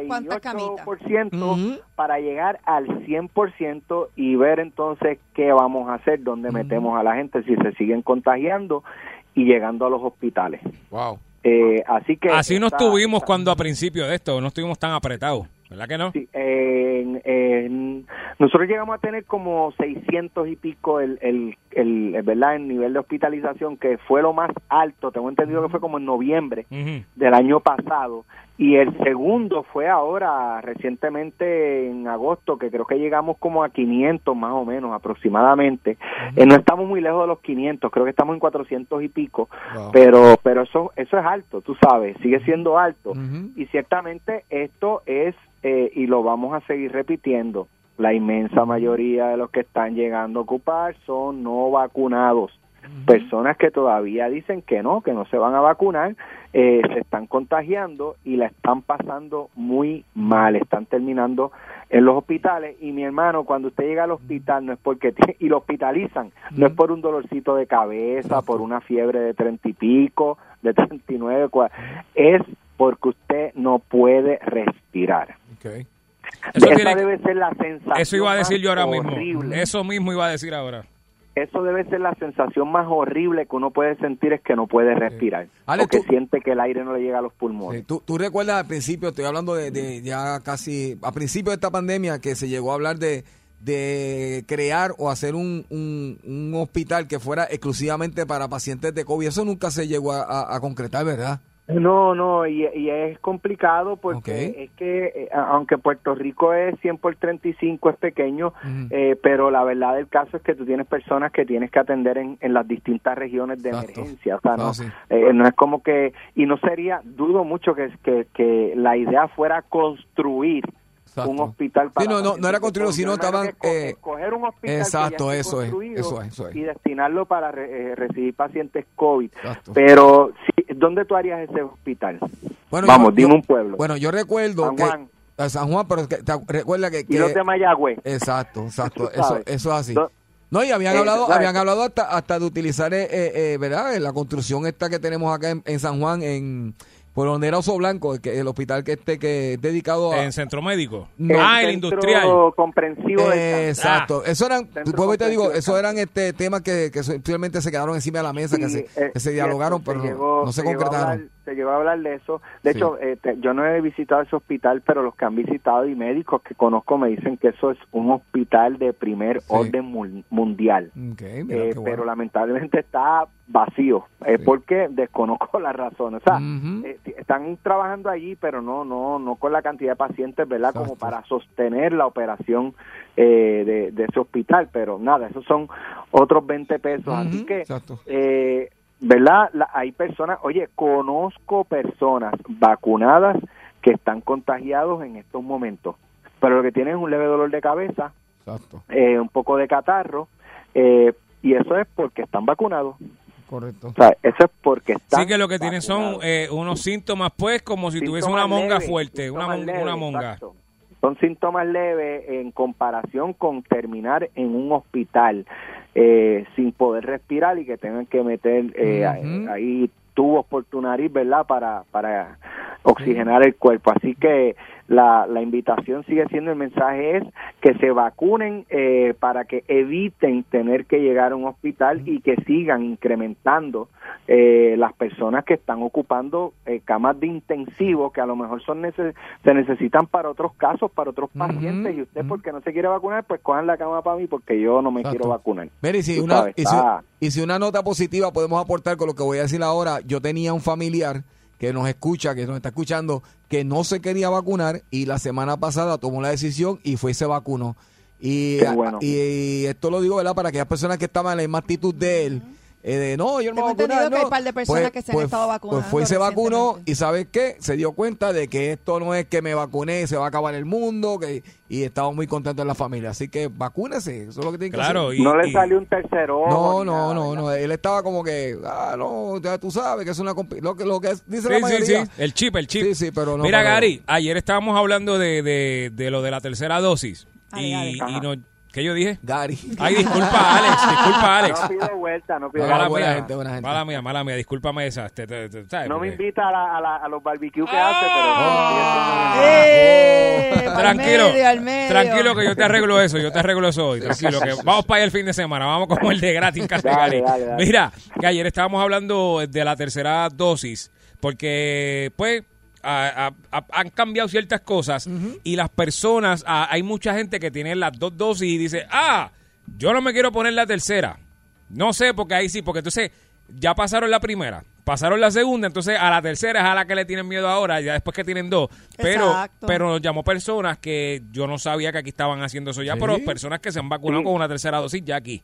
[SPEAKER 2] ¿Cuántas camitas?
[SPEAKER 12] 38%
[SPEAKER 4] Ujú.
[SPEAKER 12] para llegar al 100% y ver entonces qué vamos a hacer, dónde metemos a la gente si se siguen contagiando y llegando a los hospitales.
[SPEAKER 4] Wow.
[SPEAKER 12] Eh, así que
[SPEAKER 3] Así nos
[SPEAKER 12] esta-
[SPEAKER 3] tuvimos
[SPEAKER 12] esta-
[SPEAKER 3] cuando a principio de esto, no estuvimos tan apretados, ¿verdad que no?
[SPEAKER 12] sí, en- en- nosotros llegamos a tener como 600 y pico el, el, el, el- ¿verdad? el nivel de hospitalización que fue lo más alto, tengo entendido que fue como en noviembre
[SPEAKER 3] Ujú.
[SPEAKER 12] del año pasado y el segundo fue ahora recientemente en agosto que creo que llegamos como a 500 más o menos aproximadamente Eh, no estamos muy lejos de los 500 creo que estamos en 400 y pico
[SPEAKER 4] Wow.
[SPEAKER 12] pero pero eso eso es alto tú sabes sigue siendo alto
[SPEAKER 4] Ujú.
[SPEAKER 12] y ciertamente esto es eh, y lo vamos a seguir repitiendo la inmensa mayoría de los que están llegando a ocupar son no vacunados personas que todavía dicen que no, que no se van a vacunar, eh, se están contagiando y la están pasando muy mal, están terminando en los hospitales y mi hermano cuando usted llega al hospital no es porque te- y lo hospitalizan, no
[SPEAKER 4] Mm.
[SPEAKER 12] es por un dolorcito de cabeza, por una fiebre de treinta y pico, de treinta y nueve, es porque usted no puede respirar.
[SPEAKER 4] Ok.
[SPEAKER 3] Eso
[SPEAKER 12] Esa
[SPEAKER 3] tiene-
[SPEAKER 12] debe ser la sensación.
[SPEAKER 3] Eso iba a decir
[SPEAKER 12] más
[SPEAKER 3] yo ahora mismo.
[SPEAKER 12] horrible.
[SPEAKER 3] Eso mismo iba a decir ahora.
[SPEAKER 12] Eso debe ser la sensación más horrible que uno puede sentir es que no puede respirar.
[SPEAKER 4] Ale,
[SPEAKER 12] o que
[SPEAKER 4] tú-
[SPEAKER 12] siente que el aire no le llega a los pulmones.
[SPEAKER 4] Sí, ¿tú, tú recuerdas al principio, estoy hablando de, de ya casi, a principio de esta pandemia, que se llegó a hablar de, de crear o hacer un, un- un hospital que fuera exclusivamente para pacientes de COVID. Eso nunca se llegó a, a- a concretar, ¿verdad?
[SPEAKER 12] No, no, y, y es complicado porque
[SPEAKER 4] Ok.
[SPEAKER 12] es que eh, a- aunque Puerto Rico es 100 por 35, es pequeño,
[SPEAKER 4] Ujú.
[SPEAKER 12] eh, pero la verdad del caso es que tú tienes personas que tienes que atender en, en las distintas regiones de
[SPEAKER 4] Exacto.
[SPEAKER 12] emergencia. O sea, no,
[SPEAKER 4] Ah, sí.
[SPEAKER 12] eh, no es como que, y no sería, dudo mucho que, que, que la idea fuera construir
[SPEAKER 4] Exacto.
[SPEAKER 12] un hospital para
[SPEAKER 4] Sí, no, no,
[SPEAKER 12] pacientes
[SPEAKER 4] no era
[SPEAKER 12] que
[SPEAKER 4] construido,
[SPEAKER 12] con-
[SPEAKER 4] sino
[SPEAKER 12] yo creo
[SPEAKER 4] estaban,
[SPEAKER 12] que esco-
[SPEAKER 4] eh,
[SPEAKER 12] escoger un hospital que ya
[SPEAKER 4] exacto,
[SPEAKER 12] esté
[SPEAKER 4] eso es,
[SPEAKER 12] construido
[SPEAKER 4] eso es, eso es.
[SPEAKER 12] y destinarlo para re- eh, recibir pacientes COVID
[SPEAKER 4] Exacto.
[SPEAKER 12] pero sí, ¿dónde tú harías ese hospital?
[SPEAKER 4] Bueno,
[SPEAKER 12] vamos
[SPEAKER 4] yo-
[SPEAKER 12] dime
[SPEAKER 4] yo-
[SPEAKER 12] un pueblo
[SPEAKER 4] Bueno, yo recuerdo
[SPEAKER 12] San
[SPEAKER 4] que...
[SPEAKER 12] Juan.
[SPEAKER 4] a San Juan, pero que- te- recuerda que...
[SPEAKER 12] y
[SPEAKER 4] que-
[SPEAKER 12] los de Mayagüez
[SPEAKER 4] Exacto, exacto,
[SPEAKER 12] Tú
[SPEAKER 4] eso,
[SPEAKER 12] sabes.
[SPEAKER 4] eso es así.
[SPEAKER 12] Do-
[SPEAKER 4] No, y habían
[SPEAKER 12] Eh,
[SPEAKER 4] hablado,
[SPEAKER 12] ¿sabes?
[SPEAKER 4] habían hablado hasta, hasta de utilizar, eh, eh, eh, ¿verdad? La construcción esta que tenemos acá en, en San Juan, en por donde era Oso Blanco, el, que- el hospital que este que es dedicado a...
[SPEAKER 3] En centro médico.
[SPEAKER 4] No.
[SPEAKER 3] ah, el
[SPEAKER 12] Centro
[SPEAKER 3] industrial. Ah.
[SPEAKER 12] comprensivo de San-
[SPEAKER 4] Exacto, eso eran,
[SPEAKER 12] Centro
[SPEAKER 4] vuelvo y te digo,
[SPEAKER 12] Comprensivo de
[SPEAKER 4] eso
[SPEAKER 12] San-
[SPEAKER 4] eran este temas que, que simplemente se quedaron encima de la mesa, que
[SPEAKER 12] Sí,
[SPEAKER 4] se,
[SPEAKER 12] eh,
[SPEAKER 4] que se
[SPEAKER 12] cierto,
[SPEAKER 4] dialogaron,
[SPEAKER 12] se
[SPEAKER 4] pero no-
[SPEAKER 12] llegó-
[SPEAKER 4] no se
[SPEAKER 12] llegó a
[SPEAKER 4] concretaron.
[SPEAKER 12] hablar- se llegó a hablar de eso. De
[SPEAKER 4] Sí.
[SPEAKER 12] hecho, eh, te- yo no he visitado ese hospital, pero los que han visitado y médicos que conozco me dicen que eso es un hospital de primer
[SPEAKER 4] Sí.
[SPEAKER 12] orden mul- mundial.
[SPEAKER 4] Ok, mira, qué
[SPEAKER 12] Eh,
[SPEAKER 4] bueno.
[SPEAKER 12] Pero lamentablemente está vacío, eh,
[SPEAKER 4] Sí.
[SPEAKER 12] porque desconozco la razón. O sea,
[SPEAKER 4] Ujú.
[SPEAKER 12] eh, t- están trabajando allí, pero no, no, no con la cantidad de pacientes, ¿verdad? Como
[SPEAKER 4] Exacto.
[SPEAKER 12] para sostener la operación eh, de, de ese hospital. Pero nada, esos son otros 20 pesos. Así
[SPEAKER 4] Ujú,
[SPEAKER 12] que
[SPEAKER 4] Exacto.
[SPEAKER 12] eh, ¿verdad? La- hay personas, oye, conozco personas vacunadas que están contagiados en estos momentos. pero lo que tiene es un leve dolor de cabeza,
[SPEAKER 4] Exacto,
[SPEAKER 12] eh, un poco de catarro, eh, y eso es porque están vacunados.
[SPEAKER 4] correcto.
[SPEAKER 12] O sea, eso es porque están.
[SPEAKER 3] Oh. Sí que lo que tienen son
[SPEAKER 12] vacunados.
[SPEAKER 3] eh, unos síntomas, pues, como si tuviese
[SPEAKER 12] Síntomas
[SPEAKER 3] una monga
[SPEAKER 12] leves,
[SPEAKER 3] fuerte, una,
[SPEAKER 12] síntomas
[SPEAKER 3] mon-
[SPEAKER 12] leves,
[SPEAKER 3] una monga.
[SPEAKER 12] exacto. Son síntomas leves en comparación con terminar en un hospital eh, sin poder respirar y que tengan que meter eh,
[SPEAKER 4] Ujú.
[SPEAKER 12] a- ahí tubos por tu nariz, ¿verdad? Para, para oxigenar el cuerpo. Así que la, la invitación sigue siendo el mensaje es que se vacunen eh, para que eviten tener que llegar a un hospital y que sigan incrementando eh, las personas que están ocupando eh, camas de intensivo que a lo mejor son nece- se necesitan para otros casos, para otros pacientes y usted
[SPEAKER 4] ujú.
[SPEAKER 12] porque no se quiere vacunar, pues cojan la cama para mí porque yo no me
[SPEAKER 4] Exacto.
[SPEAKER 12] quiero vacunar.
[SPEAKER 4] Mira, y si,
[SPEAKER 12] Tú
[SPEAKER 4] una,
[SPEAKER 12] sabes,
[SPEAKER 4] y, si,
[SPEAKER 12] ah.
[SPEAKER 4] y si una nota positiva podemos aportar con lo que voy a decir ahora, yo tenía un familiar que nos escucha, que nos está escuchando, que no se quería vacunar y la semana pasada tomó la decisión y fue y se vacunó. Y,
[SPEAKER 12] Qué bueno.
[SPEAKER 4] y esto lo digo, ¿verdad? Para aquellas personas que estaban en la misma actitud de él. eh, de, no, yo no me
[SPEAKER 2] Tengo
[SPEAKER 4] voy
[SPEAKER 2] entendido
[SPEAKER 4] a vacunar,
[SPEAKER 2] que hay
[SPEAKER 4] no".
[SPEAKER 2] un par de personas
[SPEAKER 3] pues,
[SPEAKER 2] que se han estado vacunando
[SPEAKER 4] Pues fue y se vacunó
[SPEAKER 2] recientemente.
[SPEAKER 4] y ¿sabes qué? Se dio cuenta de que esto no es que me vacuné, se va a acabar el mundo que, y estamos muy contentos en la familia. Así que vacúnese, eso es lo que tienen que hacer.
[SPEAKER 3] Claro, y,
[SPEAKER 12] no le
[SPEAKER 3] y-
[SPEAKER 12] salió un tercero.
[SPEAKER 4] No, no, no, no. Él estaba como que, ah, no, ya tú sabes que es una compi- lo que lo que es- dice la
[SPEAKER 3] Sí, sí,
[SPEAKER 4] mayoría.
[SPEAKER 3] sí, el chip, el chip.
[SPEAKER 4] Sí, sí, pero no,
[SPEAKER 3] Mira,
[SPEAKER 4] pero-
[SPEAKER 3] Gary, ayer estábamos hablando de, de, de lo de la tercera dosis.
[SPEAKER 2] Dale,
[SPEAKER 3] y
[SPEAKER 2] dale.
[SPEAKER 3] y no, ¿Qué yo dije?
[SPEAKER 4] Gary.
[SPEAKER 3] Ay, disculpa, Alex, disculpa, Alex.
[SPEAKER 12] No pido vuelta, no pido
[SPEAKER 4] No,
[SPEAKER 3] Mala
[SPEAKER 4] Ahora
[SPEAKER 12] vuelta.
[SPEAKER 4] buena
[SPEAKER 3] mía,
[SPEAKER 4] gente, buena gente.
[SPEAKER 3] mala mía, mala mía, discúlpame esa. te- te- te- ¿sabes?
[SPEAKER 12] No me
[SPEAKER 3] Porque-
[SPEAKER 12] invita a, la- a la- a los barbecues que hace,
[SPEAKER 4] Ah.
[SPEAKER 12] pero...
[SPEAKER 2] ¡Eh! Al
[SPEAKER 3] Oh. Tranquilo,
[SPEAKER 2] medio, al medio.
[SPEAKER 3] tranquilo que yo te arreglo eso, yo te arreglo eso hoy, tranquilo que vamos para allá el fin de semana, vamos como el de gratis Castellari.
[SPEAKER 12] Dale, dale, dale.
[SPEAKER 3] Mira, que ayer estábamos hablando de la tercera dosis, porque pues a- a- a- han cambiado ciertas cosas y las personas, a- hay mucha gente que tiene las dos dosis y dice, ah, yo no me quiero poner la tercera. No sé, porque ahí sí, porque entonces ya pasaron la primera. Pasaron la segunda, entonces a la tercera es a la que le tienen miedo ahora, ya después que tienen dos. Pero,
[SPEAKER 2] Exacto.
[SPEAKER 3] pero nos llamó personas que yo no sabía que aquí estaban haciendo eso ya,
[SPEAKER 4] Sí.
[SPEAKER 3] pero personas que se han vacunado con una tercera dosis ya aquí.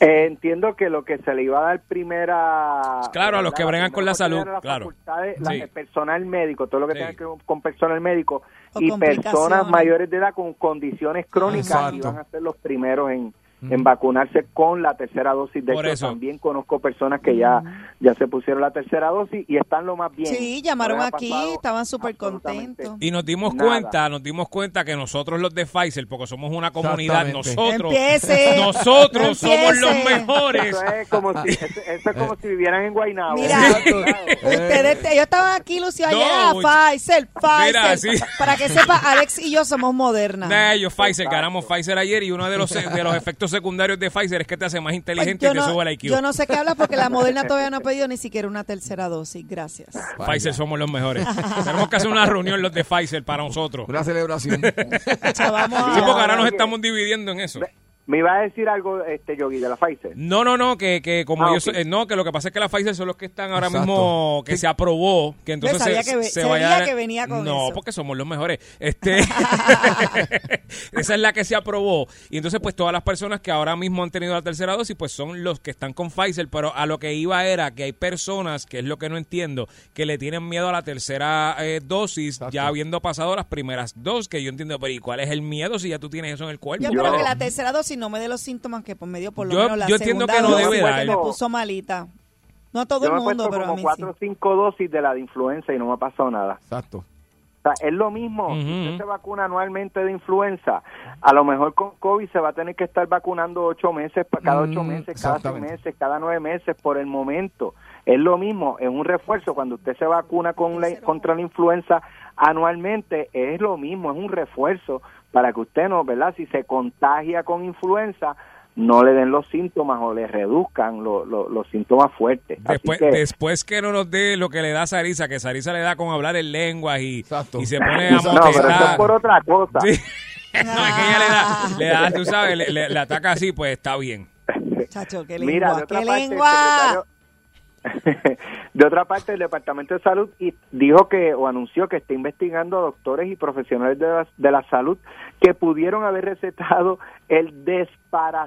[SPEAKER 12] Eh, entiendo que lo que se le iba a dar primera...
[SPEAKER 3] Claro, a los que
[SPEAKER 12] Ah, la
[SPEAKER 3] bregan
[SPEAKER 12] primera
[SPEAKER 3] con la
[SPEAKER 12] oportunidad
[SPEAKER 3] salud,
[SPEAKER 12] era las
[SPEAKER 3] claro.
[SPEAKER 12] facultades, la-
[SPEAKER 3] Sí.
[SPEAKER 12] el personal médico, todo lo que
[SPEAKER 3] Sí.
[SPEAKER 12] tenga que ver con personal médico
[SPEAKER 2] O
[SPEAKER 12] y
[SPEAKER 2] complicaciones.
[SPEAKER 12] personas mayores de edad con condiciones crónicas
[SPEAKER 4] Exacto.
[SPEAKER 12] iban a ser los primeros en, en vacunarse con la tercera dosis. De
[SPEAKER 3] Mm. Por
[SPEAKER 12] hecho,
[SPEAKER 3] eso.
[SPEAKER 12] también conozco personas que ya, ya se pusieron la tercera dosis y están lo más bien.
[SPEAKER 2] Sí, llamaron
[SPEAKER 12] No les ha
[SPEAKER 2] aquí,
[SPEAKER 12] pasado
[SPEAKER 2] estaban súper
[SPEAKER 12] absolutamente
[SPEAKER 2] contentos.
[SPEAKER 3] Y nos dimos
[SPEAKER 12] Nada.
[SPEAKER 3] cuenta, nos dimos cuenta que nosotros los de Pfizer, porque somos una comunidad,
[SPEAKER 4] Exactamente.
[SPEAKER 3] nosotros,
[SPEAKER 2] Empiece.
[SPEAKER 3] nosotros somos
[SPEAKER 2] Empiece.
[SPEAKER 3] los mejores.
[SPEAKER 12] Eso es como si, eso, eso es como si vivieran en Guaynabo.
[SPEAKER 2] Mira,
[SPEAKER 3] Eh.
[SPEAKER 2] ustedes, ellos estaban aquí lucidos ayer, ah,
[SPEAKER 3] much-
[SPEAKER 2] Pfizer,
[SPEAKER 3] Mira,
[SPEAKER 2] Pfizer.
[SPEAKER 3] sí.
[SPEAKER 2] Para que sepa, Alex y yo somos modernas.
[SPEAKER 3] Nah, yo Pfizer, ganamos Pfizer ayer y uno de los de los efectos secundarios de Pfizer es que te hace más
[SPEAKER 2] Ay,
[SPEAKER 3] inteligente
[SPEAKER 2] Pues yo
[SPEAKER 3] y te
[SPEAKER 2] no-
[SPEAKER 3] sube el IQ.
[SPEAKER 2] Yo no sé qué hablas porque la moderna todavía no ha pedido ni siquiera una tercera dosis. Gracias.
[SPEAKER 3] Pfizer somos los mejores. Tenemos que hacer una reunión los de Pfizer para nosotros.
[SPEAKER 4] Una celebración.
[SPEAKER 2] Chao, vamos a-
[SPEAKER 3] Sí, porque ahora nos
[SPEAKER 12] Oye.
[SPEAKER 3] estamos dividiendo en eso.
[SPEAKER 12] Me iba a decir algo, este Yogi, de la Pfizer.
[SPEAKER 3] No, no, no, que, que como
[SPEAKER 12] Ah,
[SPEAKER 3] yo
[SPEAKER 12] ok.
[SPEAKER 3] soy- eh, no, que lo que pasa es que la Pfizer son los que están ahora
[SPEAKER 4] Exacto.
[SPEAKER 3] mismo que se aprobó, que entonces
[SPEAKER 2] sabía
[SPEAKER 3] se,
[SPEAKER 2] que ve-
[SPEAKER 3] se
[SPEAKER 2] sabía
[SPEAKER 3] vaya a dar-
[SPEAKER 2] que venía con
[SPEAKER 3] No,
[SPEAKER 2] eso.
[SPEAKER 3] porque somos los mejores. Este Esa es la que se aprobó y entonces pues todas las personas que ahora mismo han tenido la tercera dosis pues son los que están con Pfizer, pero a lo que iba era que hay personas, que es lo que no entiendo, que le tienen miedo a la tercera eh, dosis ya habiendo pasado las primeras dos, que yo entiendo, pero ¿y cuál es el miedo si ya tú tienes eso en el cuerpo?
[SPEAKER 2] Yo,
[SPEAKER 3] ¿Cuál
[SPEAKER 2] creo
[SPEAKER 3] es?
[SPEAKER 2] que la tercera dosis no me dé los síntomas que pues, me dio por lo
[SPEAKER 3] Yo-
[SPEAKER 2] menos la
[SPEAKER 3] yo entiendo
[SPEAKER 2] segunda
[SPEAKER 3] que no
[SPEAKER 2] dosis,
[SPEAKER 3] debe
[SPEAKER 2] porque
[SPEAKER 3] dar.
[SPEAKER 2] me puso malita. No a todo
[SPEAKER 12] Yo
[SPEAKER 2] el
[SPEAKER 12] me he
[SPEAKER 2] mundo,
[SPEAKER 12] puesto
[SPEAKER 2] pero a
[SPEAKER 12] como
[SPEAKER 2] mí
[SPEAKER 12] cuatro o
[SPEAKER 2] sí.
[SPEAKER 12] cinco dosis de la de influenza y no me ha pasado nada.
[SPEAKER 4] Exacto.
[SPEAKER 12] O sea, es lo mismo.
[SPEAKER 3] Ujú.
[SPEAKER 12] Si usted se vacuna anualmente de influenza, a lo mejor con COVID se va a tener que estar vacunando ocho meses, pa- cada ocho
[SPEAKER 4] Mm,
[SPEAKER 12] meses, cada seis
[SPEAKER 4] exactamente.
[SPEAKER 12] meses, cada nueve meses por el momento. Es lo mismo, es un refuerzo. Cuando usted se vacuna con la- contra la influenza anualmente, es lo mismo, es un refuerzo para que usted no, ¿verdad? Si se contagia con influenza, no le den los síntomas o le reduzcan lo- lo- los síntomas fuertes. Así
[SPEAKER 3] Después,
[SPEAKER 12] que-
[SPEAKER 3] después que no nos dé lo que le da Sarisa, que Sarisa le da con hablar en lenguas y,
[SPEAKER 4] Exacto.
[SPEAKER 3] y se pone a
[SPEAKER 12] no, pero eso es
[SPEAKER 3] molestar.
[SPEAKER 12] por otra cosa. Ah.
[SPEAKER 3] Sí. No, es que ella le da, le da, tú sabes, le, le- le ataca así, pues está bien.
[SPEAKER 2] Chacho, qué lengua,
[SPEAKER 12] Mira, de otra
[SPEAKER 2] qué
[SPEAKER 12] parte, el
[SPEAKER 2] lengua.
[SPEAKER 12] secretario- de otra parte, el Departamento de Salud y dijo que o anunció que está investigando a doctores y profesionales de la, de la salud que pudieron haber recetado el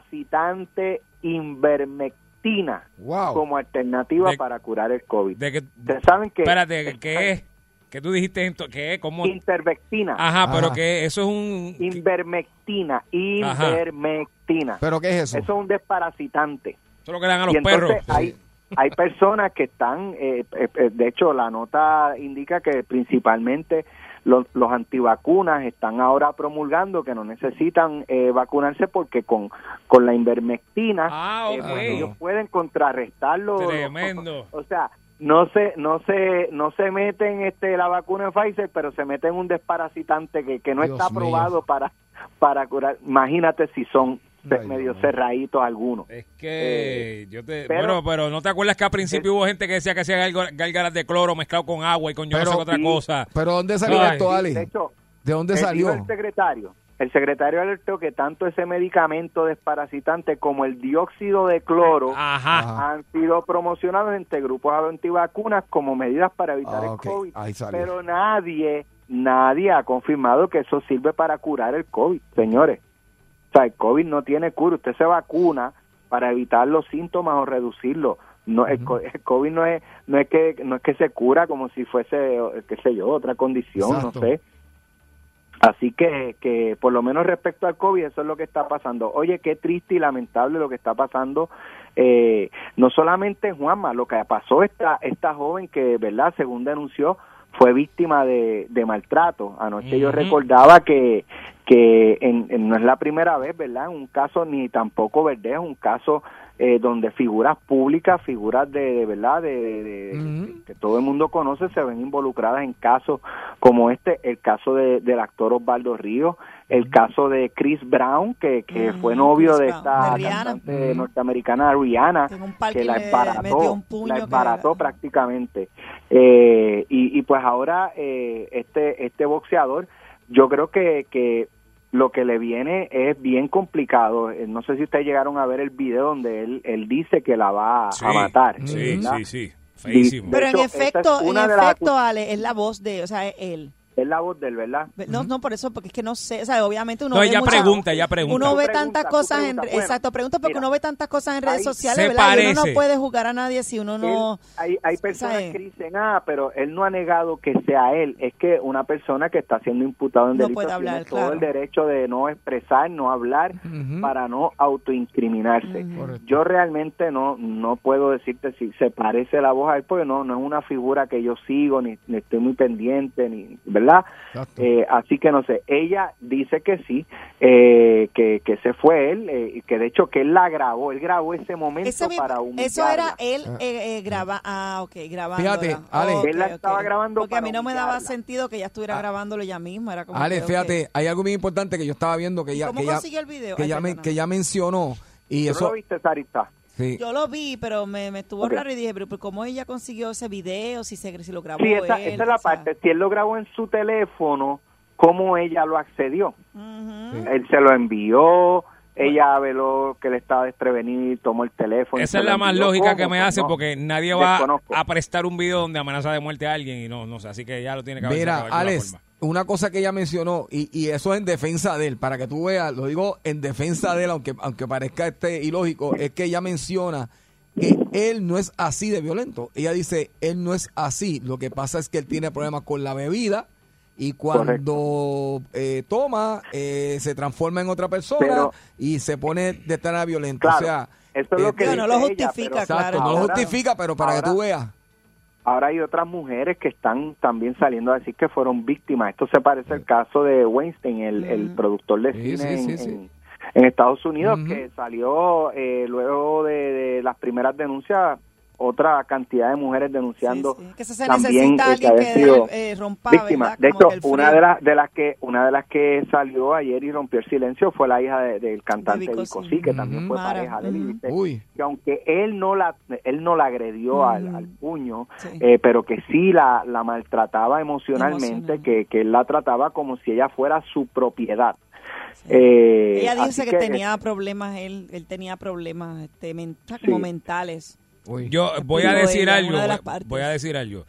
[SPEAKER 12] desparasitante invermectina
[SPEAKER 4] Wow.
[SPEAKER 12] como alternativa
[SPEAKER 3] De-
[SPEAKER 12] para curar el COVID.
[SPEAKER 3] De que,
[SPEAKER 12] Ustedes saben que
[SPEAKER 3] espérate, ¿qué es? ¿Qué tú dijiste? ento- ¿Qué? ¿Cómo?
[SPEAKER 12] Intervectina.
[SPEAKER 3] Ajá, pero
[SPEAKER 12] Ajá.
[SPEAKER 3] que eso es un...
[SPEAKER 12] Invermectina. Invermectina.
[SPEAKER 4] ¿Pero qué es eso?
[SPEAKER 12] Eso es un desparasitante.
[SPEAKER 3] Eso es lo que le dan a los
[SPEAKER 12] y entonces
[SPEAKER 3] perros.
[SPEAKER 12] Hay, hay personas que están, eh, eh, eh, de hecho, la nota indica que principalmente los, los antivacunas están ahora promulgando que no necesitan eh, vacunarse porque con, con la invermectina
[SPEAKER 3] Ah,
[SPEAKER 12] eh, pues, ellos pueden contrarrestarlo.
[SPEAKER 3] Tremendo.
[SPEAKER 12] O sea, no se no se no se meten este la vacuna de Pfizer, pero se meten un desparasitante que, que no
[SPEAKER 5] Dios
[SPEAKER 12] está
[SPEAKER 5] mío.
[SPEAKER 12] aprobado para para curar. Imagínate si son medio cerraditos algunos.
[SPEAKER 3] Que yo te,
[SPEAKER 12] Eh, pero- eh,
[SPEAKER 3] bueno, pero no te acuerdas que al principio hubo gente que decía que hacía gargo- gárgaras de cloro mezclado con agua y con yo no sé qué otra cosa.
[SPEAKER 4] Pero ¿dónde salió
[SPEAKER 3] Ay.
[SPEAKER 4] esto, Ali?
[SPEAKER 12] De hecho,
[SPEAKER 4] ¿De dónde
[SPEAKER 12] eh, dijo
[SPEAKER 4] salió?
[SPEAKER 12] El secretario, el secretario alertó que tanto ese medicamento desparasitante como el dióxido de cloro
[SPEAKER 3] Ajá.
[SPEAKER 12] han sido promocionados entre grupos antivacunas como medidas para evitar
[SPEAKER 4] Ah, ok.
[SPEAKER 12] el COVID.
[SPEAKER 4] Ahí salió.
[SPEAKER 12] Pero nadie, nadie ha confirmado que eso sirve para curar el COVID, señores. O sea, el COVID no tiene cura. Usted se vacuna para evitar los síntomas o reducirlos. No, el, co- el COVID no es, no es que no es que se cura como si fuese, o- qué sé yo, otra condición,
[SPEAKER 4] Exacto.
[SPEAKER 12] no sé. Así que, que, por lo menos respecto al COVID, eso es lo que está pasando. Oye, qué triste y lamentable lo que está pasando. eh, no solamente Juanma, lo que pasó esta, esta joven que, ¿verdad? Según denunció, fue víctima de, de maltrato. Anoche yo
[SPEAKER 13] Ujú.
[SPEAKER 12] recordaba que, que en- en- no es la primera vez, ¿verdad? En un caso ni tampoco Verde, es un caso eh, donde figuras públicas, figuras de, de verdad, de, de- de- que todo el mundo conoce, se ven involucradas en casos como este, el caso de- del actor Osvaldo Ríos, el caso de Chris Brown, que, que fue novio de esta cantante norteamericana Rihanna, que la
[SPEAKER 2] le metió
[SPEAKER 12] embarató,
[SPEAKER 2] un puño
[SPEAKER 12] la
[SPEAKER 2] que-
[SPEAKER 12] embarató prácticamente. Eh, y, y pues ahora eh, este, este boxeador, yo creo que, que lo que le viene es bien complicado. Eh, No sé si ustedes llegaron a ver el video donde él, él dice que la va
[SPEAKER 3] Sí,
[SPEAKER 12] a matar.
[SPEAKER 3] Sí,
[SPEAKER 12] ¿verdad?
[SPEAKER 3] sí, sí. Feísimo.
[SPEAKER 12] De
[SPEAKER 2] Pero en
[SPEAKER 12] hecho, esa es
[SPEAKER 2] efecto, en
[SPEAKER 12] una de las
[SPEAKER 2] efecto, Ale, es la voz de, o sea, es él.
[SPEAKER 12] Es la voz del, ¿verdad?
[SPEAKER 2] No, no, por eso, porque es que no sé, o sea, obviamente uno
[SPEAKER 3] No,
[SPEAKER 2] ve
[SPEAKER 3] ella
[SPEAKER 2] mucha-
[SPEAKER 3] pregunta, ella pregunta.
[SPEAKER 2] Uno ve
[SPEAKER 3] Tú
[SPEAKER 2] tantas
[SPEAKER 12] pregunta, tú
[SPEAKER 2] cosas en,
[SPEAKER 12] pregunta. Bueno,
[SPEAKER 2] exacto, pregunta porque uno ve tantas cosas en redes
[SPEAKER 12] ahí-
[SPEAKER 2] sociales,
[SPEAKER 12] Se
[SPEAKER 2] ¿verdad? Y uno no
[SPEAKER 12] parece.
[SPEAKER 2] puede juzgar a nadie si uno no...
[SPEAKER 12] Él- hay, hay personas
[SPEAKER 2] ¿sabes?
[SPEAKER 12] que dicen, ah, pero él no ha negado que sea él. Es que una persona que está siendo imputado en
[SPEAKER 2] No
[SPEAKER 12] delito
[SPEAKER 2] puede
[SPEAKER 12] tiene
[SPEAKER 2] hablar,
[SPEAKER 12] todo
[SPEAKER 2] claro.
[SPEAKER 12] el derecho de no expresar, no hablar, para no autoincriminarse. Yo realmente no no puedo decirte si se parece la voz a él, porque no, no es una figura que yo sigo, ni, ni estoy muy pendiente, ni ¿verdad? Eh, así que no sé, ella dice que sí, eh, que, que se fue él, eh, y que de hecho que él la grabó, él grabó ese momento
[SPEAKER 2] Ese mismo-
[SPEAKER 12] para
[SPEAKER 2] eso era
[SPEAKER 12] humillarla.
[SPEAKER 2] él eh, eh, graba, ah, ok, grabando.
[SPEAKER 4] Fíjate, Ale.
[SPEAKER 12] Él la estaba grabando
[SPEAKER 2] Porque a mí no me daba sentido que ella estuviera grabándolo ella misma, era como
[SPEAKER 4] Ale,
[SPEAKER 2] que, ok.
[SPEAKER 4] fíjate, hay algo bien importante que yo estaba viendo que ya,
[SPEAKER 2] cómo
[SPEAKER 4] que ya,
[SPEAKER 2] consiguió el video?
[SPEAKER 4] que
[SPEAKER 2] Ay,
[SPEAKER 4] ya, men- que ya mencionó. Y
[SPEAKER 12] ¿Tú
[SPEAKER 4] eso,
[SPEAKER 12] lo viste, Sarita?
[SPEAKER 4] sí.
[SPEAKER 2] Yo lo vi, pero me, me estuvo
[SPEAKER 12] Ok.
[SPEAKER 2] raro y dije, pero pero ¿cómo ella consiguió ese video? Si, se, si lo grabó
[SPEAKER 12] Sí, esa,
[SPEAKER 2] él.
[SPEAKER 12] esa es la parte. Si él lo grabó en su teléfono, ¿cómo ella lo accedió? Él se lo envió, ella veló que le estaba desprevenido, tomó el teléfono. y
[SPEAKER 3] Esa
[SPEAKER 12] se
[SPEAKER 3] es
[SPEAKER 12] lo
[SPEAKER 3] la más
[SPEAKER 12] envió.
[SPEAKER 3] lógica que
[SPEAKER 12] ¿Cómo?
[SPEAKER 3] me
[SPEAKER 12] Pues
[SPEAKER 3] hace
[SPEAKER 12] no.
[SPEAKER 3] porque nadie va
[SPEAKER 12] Desconozco.
[SPEAKER 3] a prestar un video donde amenaza de muerte a alguien y no, no sé, así que ya lo tiene que haber
[SPEAKER 4] Mira,
[SPEAKER 3] sacado de alguna
[SPEAKER 4] Alex,
[SPEAKER 3] forma.
[SPEAKER 4] una cosa que ella mencionó, y, y eso es en defensa de él, para que tú veas, lo digo en defensa de él, aunque, aunque parezca este ilógico, es que ella menciona que él no es así de violento. Ella dice, él no es así. Lo que pasa es que él tiene problemas con la bebida y cuando eh, toma, eh, se transforma en otra persona
[SPEAKER 12] Pero-
[SPEAKER 4] y se pone de tan violenta.
[SPEAKER 12] Claro,
[SPEAKER 4] o sea,
[SPEAKER 12] eso es lo
[SPEAKER 4] eh,
[SPEAKER 12] que No, no dice lo ella, justifica, pero-
[SPEAKER 4] Exacto, no lo
[SPEAKER 12] ahora-
[SPEAKER 4] justifica, pero para que tú veas.
[SPEAKER 12] Ahora hay otras mujeres que están también saliendo a decir que fueron víctimas. Esto se parece al caso de Weinstein, el, el productor de
[SPEAKER 4] Sí,
[SPEAKER 12] cine
[SPEAKER 4] sí, sí,
[SPEAKER 12] en-
[SPEAKER 4] sí.
[SPEAKER 12] en- en Estados Unidos que salió eh, luego de, de las primeras denuncias otra cantidad de mujeres denunciando
[SPEAKER 2] Que eso se
[SPEAKER 12] también
[SPEAKER 2] necesita
[SPEAKER 12] eh, que
[SPEAKER 2] alguien
[SPEAKER 12] habían
[SPEAKER 2] que
[SPEAKER 12] sido
[SPEAKER 2] eh, rompa,
[SPEAKER 12] víctimas.
[SPEAKER 2] ¿verdad?
[SPEAKER 12] De
[SPEAKER 2] Como
[SPEAKER 12] hecho,
[SPEAKER 2] que el
[SPEAKER 12] una
[SPEAKER 2] frío.
[SPEAKER 12] de las de las que una de las que salió ayer y rompió el silencio fue la hija de- del cantante
[SPEAKER 2] Vico
[SPEAKER 12] Vico Sí, que también fue
[SPEAKER 2] Mara,
[SPEAKER 12] pareja de él. y dice
[SPEAKER 4] Uy.
[SPEAKER 12] Que aunque él no la él no la agredió al, al puño, eh, pero que sí la, la maltrataba emocionalmente, Que, que él la trataba como si ella fuera su propiedad. Eh,
[SPEAKER 2] Ella
[SPEAKER 12] así
[SPEAKER 2] dice que, tenía problemas, él, él tenía problemas este, men- como mentales.
[SPEAKER 3] Yo voy a
[SPEAKER 2] Lo de
[SPEAKER 3] decir
[SPEAKER 2] ella,
[SPEAKER 3] algo.
[SPEAKER 2] una de las
[SPEAKER 3] voy- Voy a decir algo.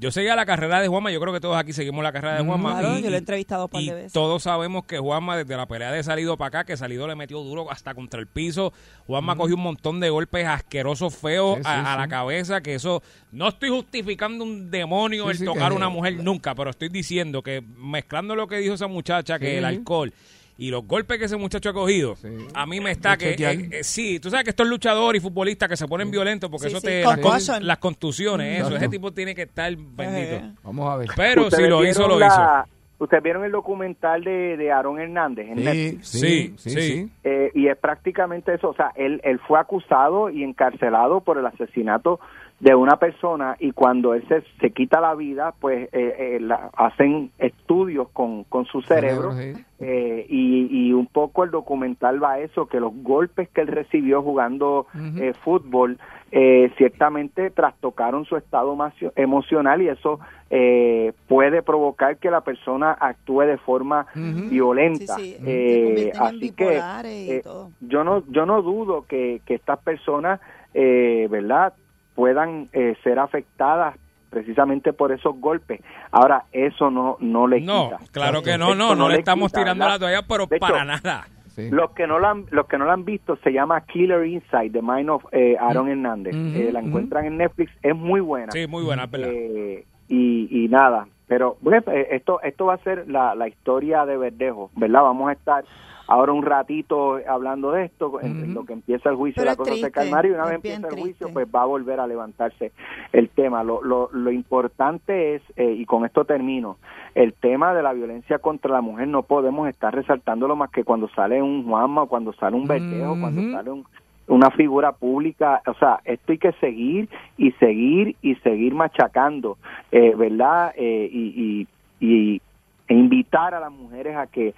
[SPEAKER 3] Yo seguía la carrera de Juanma, yo creo que todos aquí seguimos la carrera de Juanma.
[SPEAKER 2] Mm, Claro,
[SPEAKER 3] y-
[SPEAKER 2] yo lo he
[SPEAKER 3] y-
[SPEAKER 2] entrevistado un par de
[SPEAKER 3] y
[SPEAKER 2] veces.
[SPEAKER 3] Todos sabemos que Juanma, desde la pelea de salido para acá, que salido le metió duro hasta contra el piso. Juanma
[SPEAKER 2] Mm.
[SPEAKER 3] cogió un montón de golpes asquerosos, feos
[SPEAKER 4] Sí, sí,
[SPEAKER 3] a, a la
[SPEAKER 4] sí.
[SPEAKER 3] cabeza. Que eso. No estoy justificando un demonio
[SPEAKER 4] Sí,
[SPEAKER 3] el
[SPEAKER 4] sí,
[SPEAKER 3] tocar a
[SPEAKER 4] que-
[SPEAKER 3] una mujer nunca, pero estoy diciendo que mezclando lo que dijo esa muchacha,
[SPEAKER 4] Sí.
[SPEAKER 3] que el alcohol. Y los golpes que ese muchacho ha cogido, a mí me está que...
[SPEAKER 4] Chequear.
[SPEAKER 3] eh, eh, sí, tú sabes que estos luchadores y futbolistas que se ponen violentos porque
[SPEAKER 2] Sí,
[SPEAKER 3] eso
[SPEAKER 2] sí,
[SPEAKER 3] te...
[SPEAKER 2] concussion.
[SPEAKER 3] las contusiones, eso.
[SPEAKER 4] Exacto.
[SPEAKER 3] Ese tipo tiene que estar
[SPEAKER 2] Eh.
[SPEAKER 3] bendito.
[SPEAKER 4] Vamos a ver.
[SPEAKER 3] Pero si
[SPEAKER 12] ¿Ustedes
[SPEAKER 3] lo hizo,
[SPEAKER 12] vieron
[SPEAKER 3] lo hizo.
[SPEAKER 12] la- ¿Ustedes vieron el documental de, de Aaron Hernández? en Netflix?
[SPEAKER 4] Sí,
[SPEAKER 3] Sí,
[SPEAKER 4] sí, sí.
[SPEAKER 3] sí.
[SPEAKER 4] sí.
[SPEAKER 12] Eh, y es prácticamente eso, o sea, él, él fue acusado y encarcelado por el asesinato de una persona y cuando él se, se quita la vida, pues eh, eh, la- hacen estudios con, con su cerebro
[SPEAKER 4] Cerebro, sí.
[SPEAKER 12] eh, y, y un poco el documental va a eso, que los golpes que él recibió jugando eh, fútbol eh, ciertamente trastocaron su estado masio- emocional y eso eh, puede provocar que la persona actúe de forma
[SPEAKER 4] Ujú.
[SPEAKER 12] violenta.
[SPEAKER 2] Sí, sí, se
[SPEAKER 12] Eh,
[SPEAKER 2] convierten en
[SPEAKER 12] así que
[SPEAKER 2] bipolares y
[SPEAKER 12] eh,
[SPEAKER 2] todo.
[SPEAKER 12] yo no yo no dudo que, que estas personas, eh, ¿verdad? puedan eh, ser afectadas precisamente por esos golpes. Ahora, eso no, no le
[SPEAKER 3] No,
[SPEAKER 12] quita.
[SPEAKER 3] claro que no, no,
[SPEAKER 12] Esto
[SPEAKER 3] no, le estamos
[SPEAKER 12] quita,
[SPEAKER 3] tirando
[SPEAKER 12] ¿verdad?
[SPEAKER 3] la toalla, pero
[SPEAKER 12] De hecho,
[SPEAKER 3] para nada.
[SPEAKER 4] sí.
[SPEAKER 12] Los que, no la han, los que no la han visto se llama Killer Inside, The Mind of eh, Aaron Hernández.
[SPEAKER 4] Ujú,
[SPEAKER 12] Eh, la
[SPEAKER 4] ujú.
[SPEAKER 12] encuentran en Netflix, es muy buena.
[SPEAKER 3] Sí, muy buena, es ¿verdad?
[SPEAKER 12] Eh, y, y nada, pero bueno, eh, esto esto va a ser la, la historia de Verdejo, ¿verdad? Vamos a estar ahora un ratito hablando de esto, entre
[SPEAKER 4] Ujú.
[SPEAKER 12] lo que empieza el juicio
[SPEAKER 2] Pero
[SPEAKER 12] la
[SPEAKER 2] es
[SPEAKER 12] cosa
[SPEAKER 2] triste,
[SPEAKER 12] se calmará y una
[SPEAKER 2] es
[SPEAKER 12] vez
[SPEAKER 2] bien
[SPEAKER 12] empieza el juicio,
[SPEAKER 2] triste.
[SPEAKER 12] pues va a volver a levantarse el tema. Lo, lo, lo importante es, eh, y con esto termino, el tema de la violencia contra la mujer no podemos estar resaltándolo más que cuando sale un Juanma, o cuando sale un Verdejo,
[SPEAKER 4] Ujú.
[SPEAKER 12] cuando sale un una figura pública, o sea, esto hay que seguir y seguir y seguir machacando, eh, ¿verdad? Eh, y, y, y- e invitar a las mujeres a que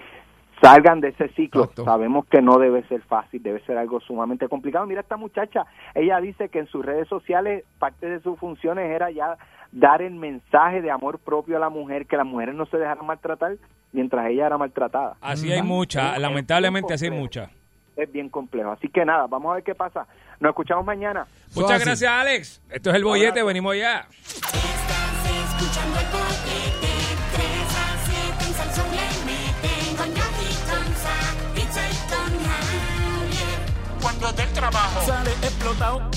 [SPEAKER 12] salgan de ese ciclo.
[SPEAKER 4] Exacto.
[SPEAKER 12] Sabemos que no debe ser fácil, debe ser algo sumamente complicado. Mira esta muchacha, ella dice que en sus redes sociales parte de sus funciones era ya dar el mensaje de amor propio a la mujer, que las mujeres no se dejaran maltratar mientras ella era maltratada
[SPEAKER 3] Así hay
[SPEAKER 4] Ujú.
[SPEAKER 3] mucha,
[SPEAKER 12] Sí,
[SPEAKER 3] lamentablemente
[SPEAKER 12] es
[SPEAKER 3] así hay
[SPEAKER 12] complejo.
[SPEAKER 3] mucha.
[SPEAKER 12] es bien complejo. Así que nada, vamos a ver qué pasa. Nos escuchamos mañana.
[SPEAKER 3] Muchas
[SPEAKER 4] así.
[SPEAKER 3] gracias, Alex. Esto es el bollete, venimos ya.
[SPEAKER 10] Estás escuchando el bollete. 3 a 7 en Salsón le meten. Con Yogi, con Zack, y Jay, con Javier.
[SPEAKER 9] Cuando del trabajo.
[SPEAKER 1] Sale explotado.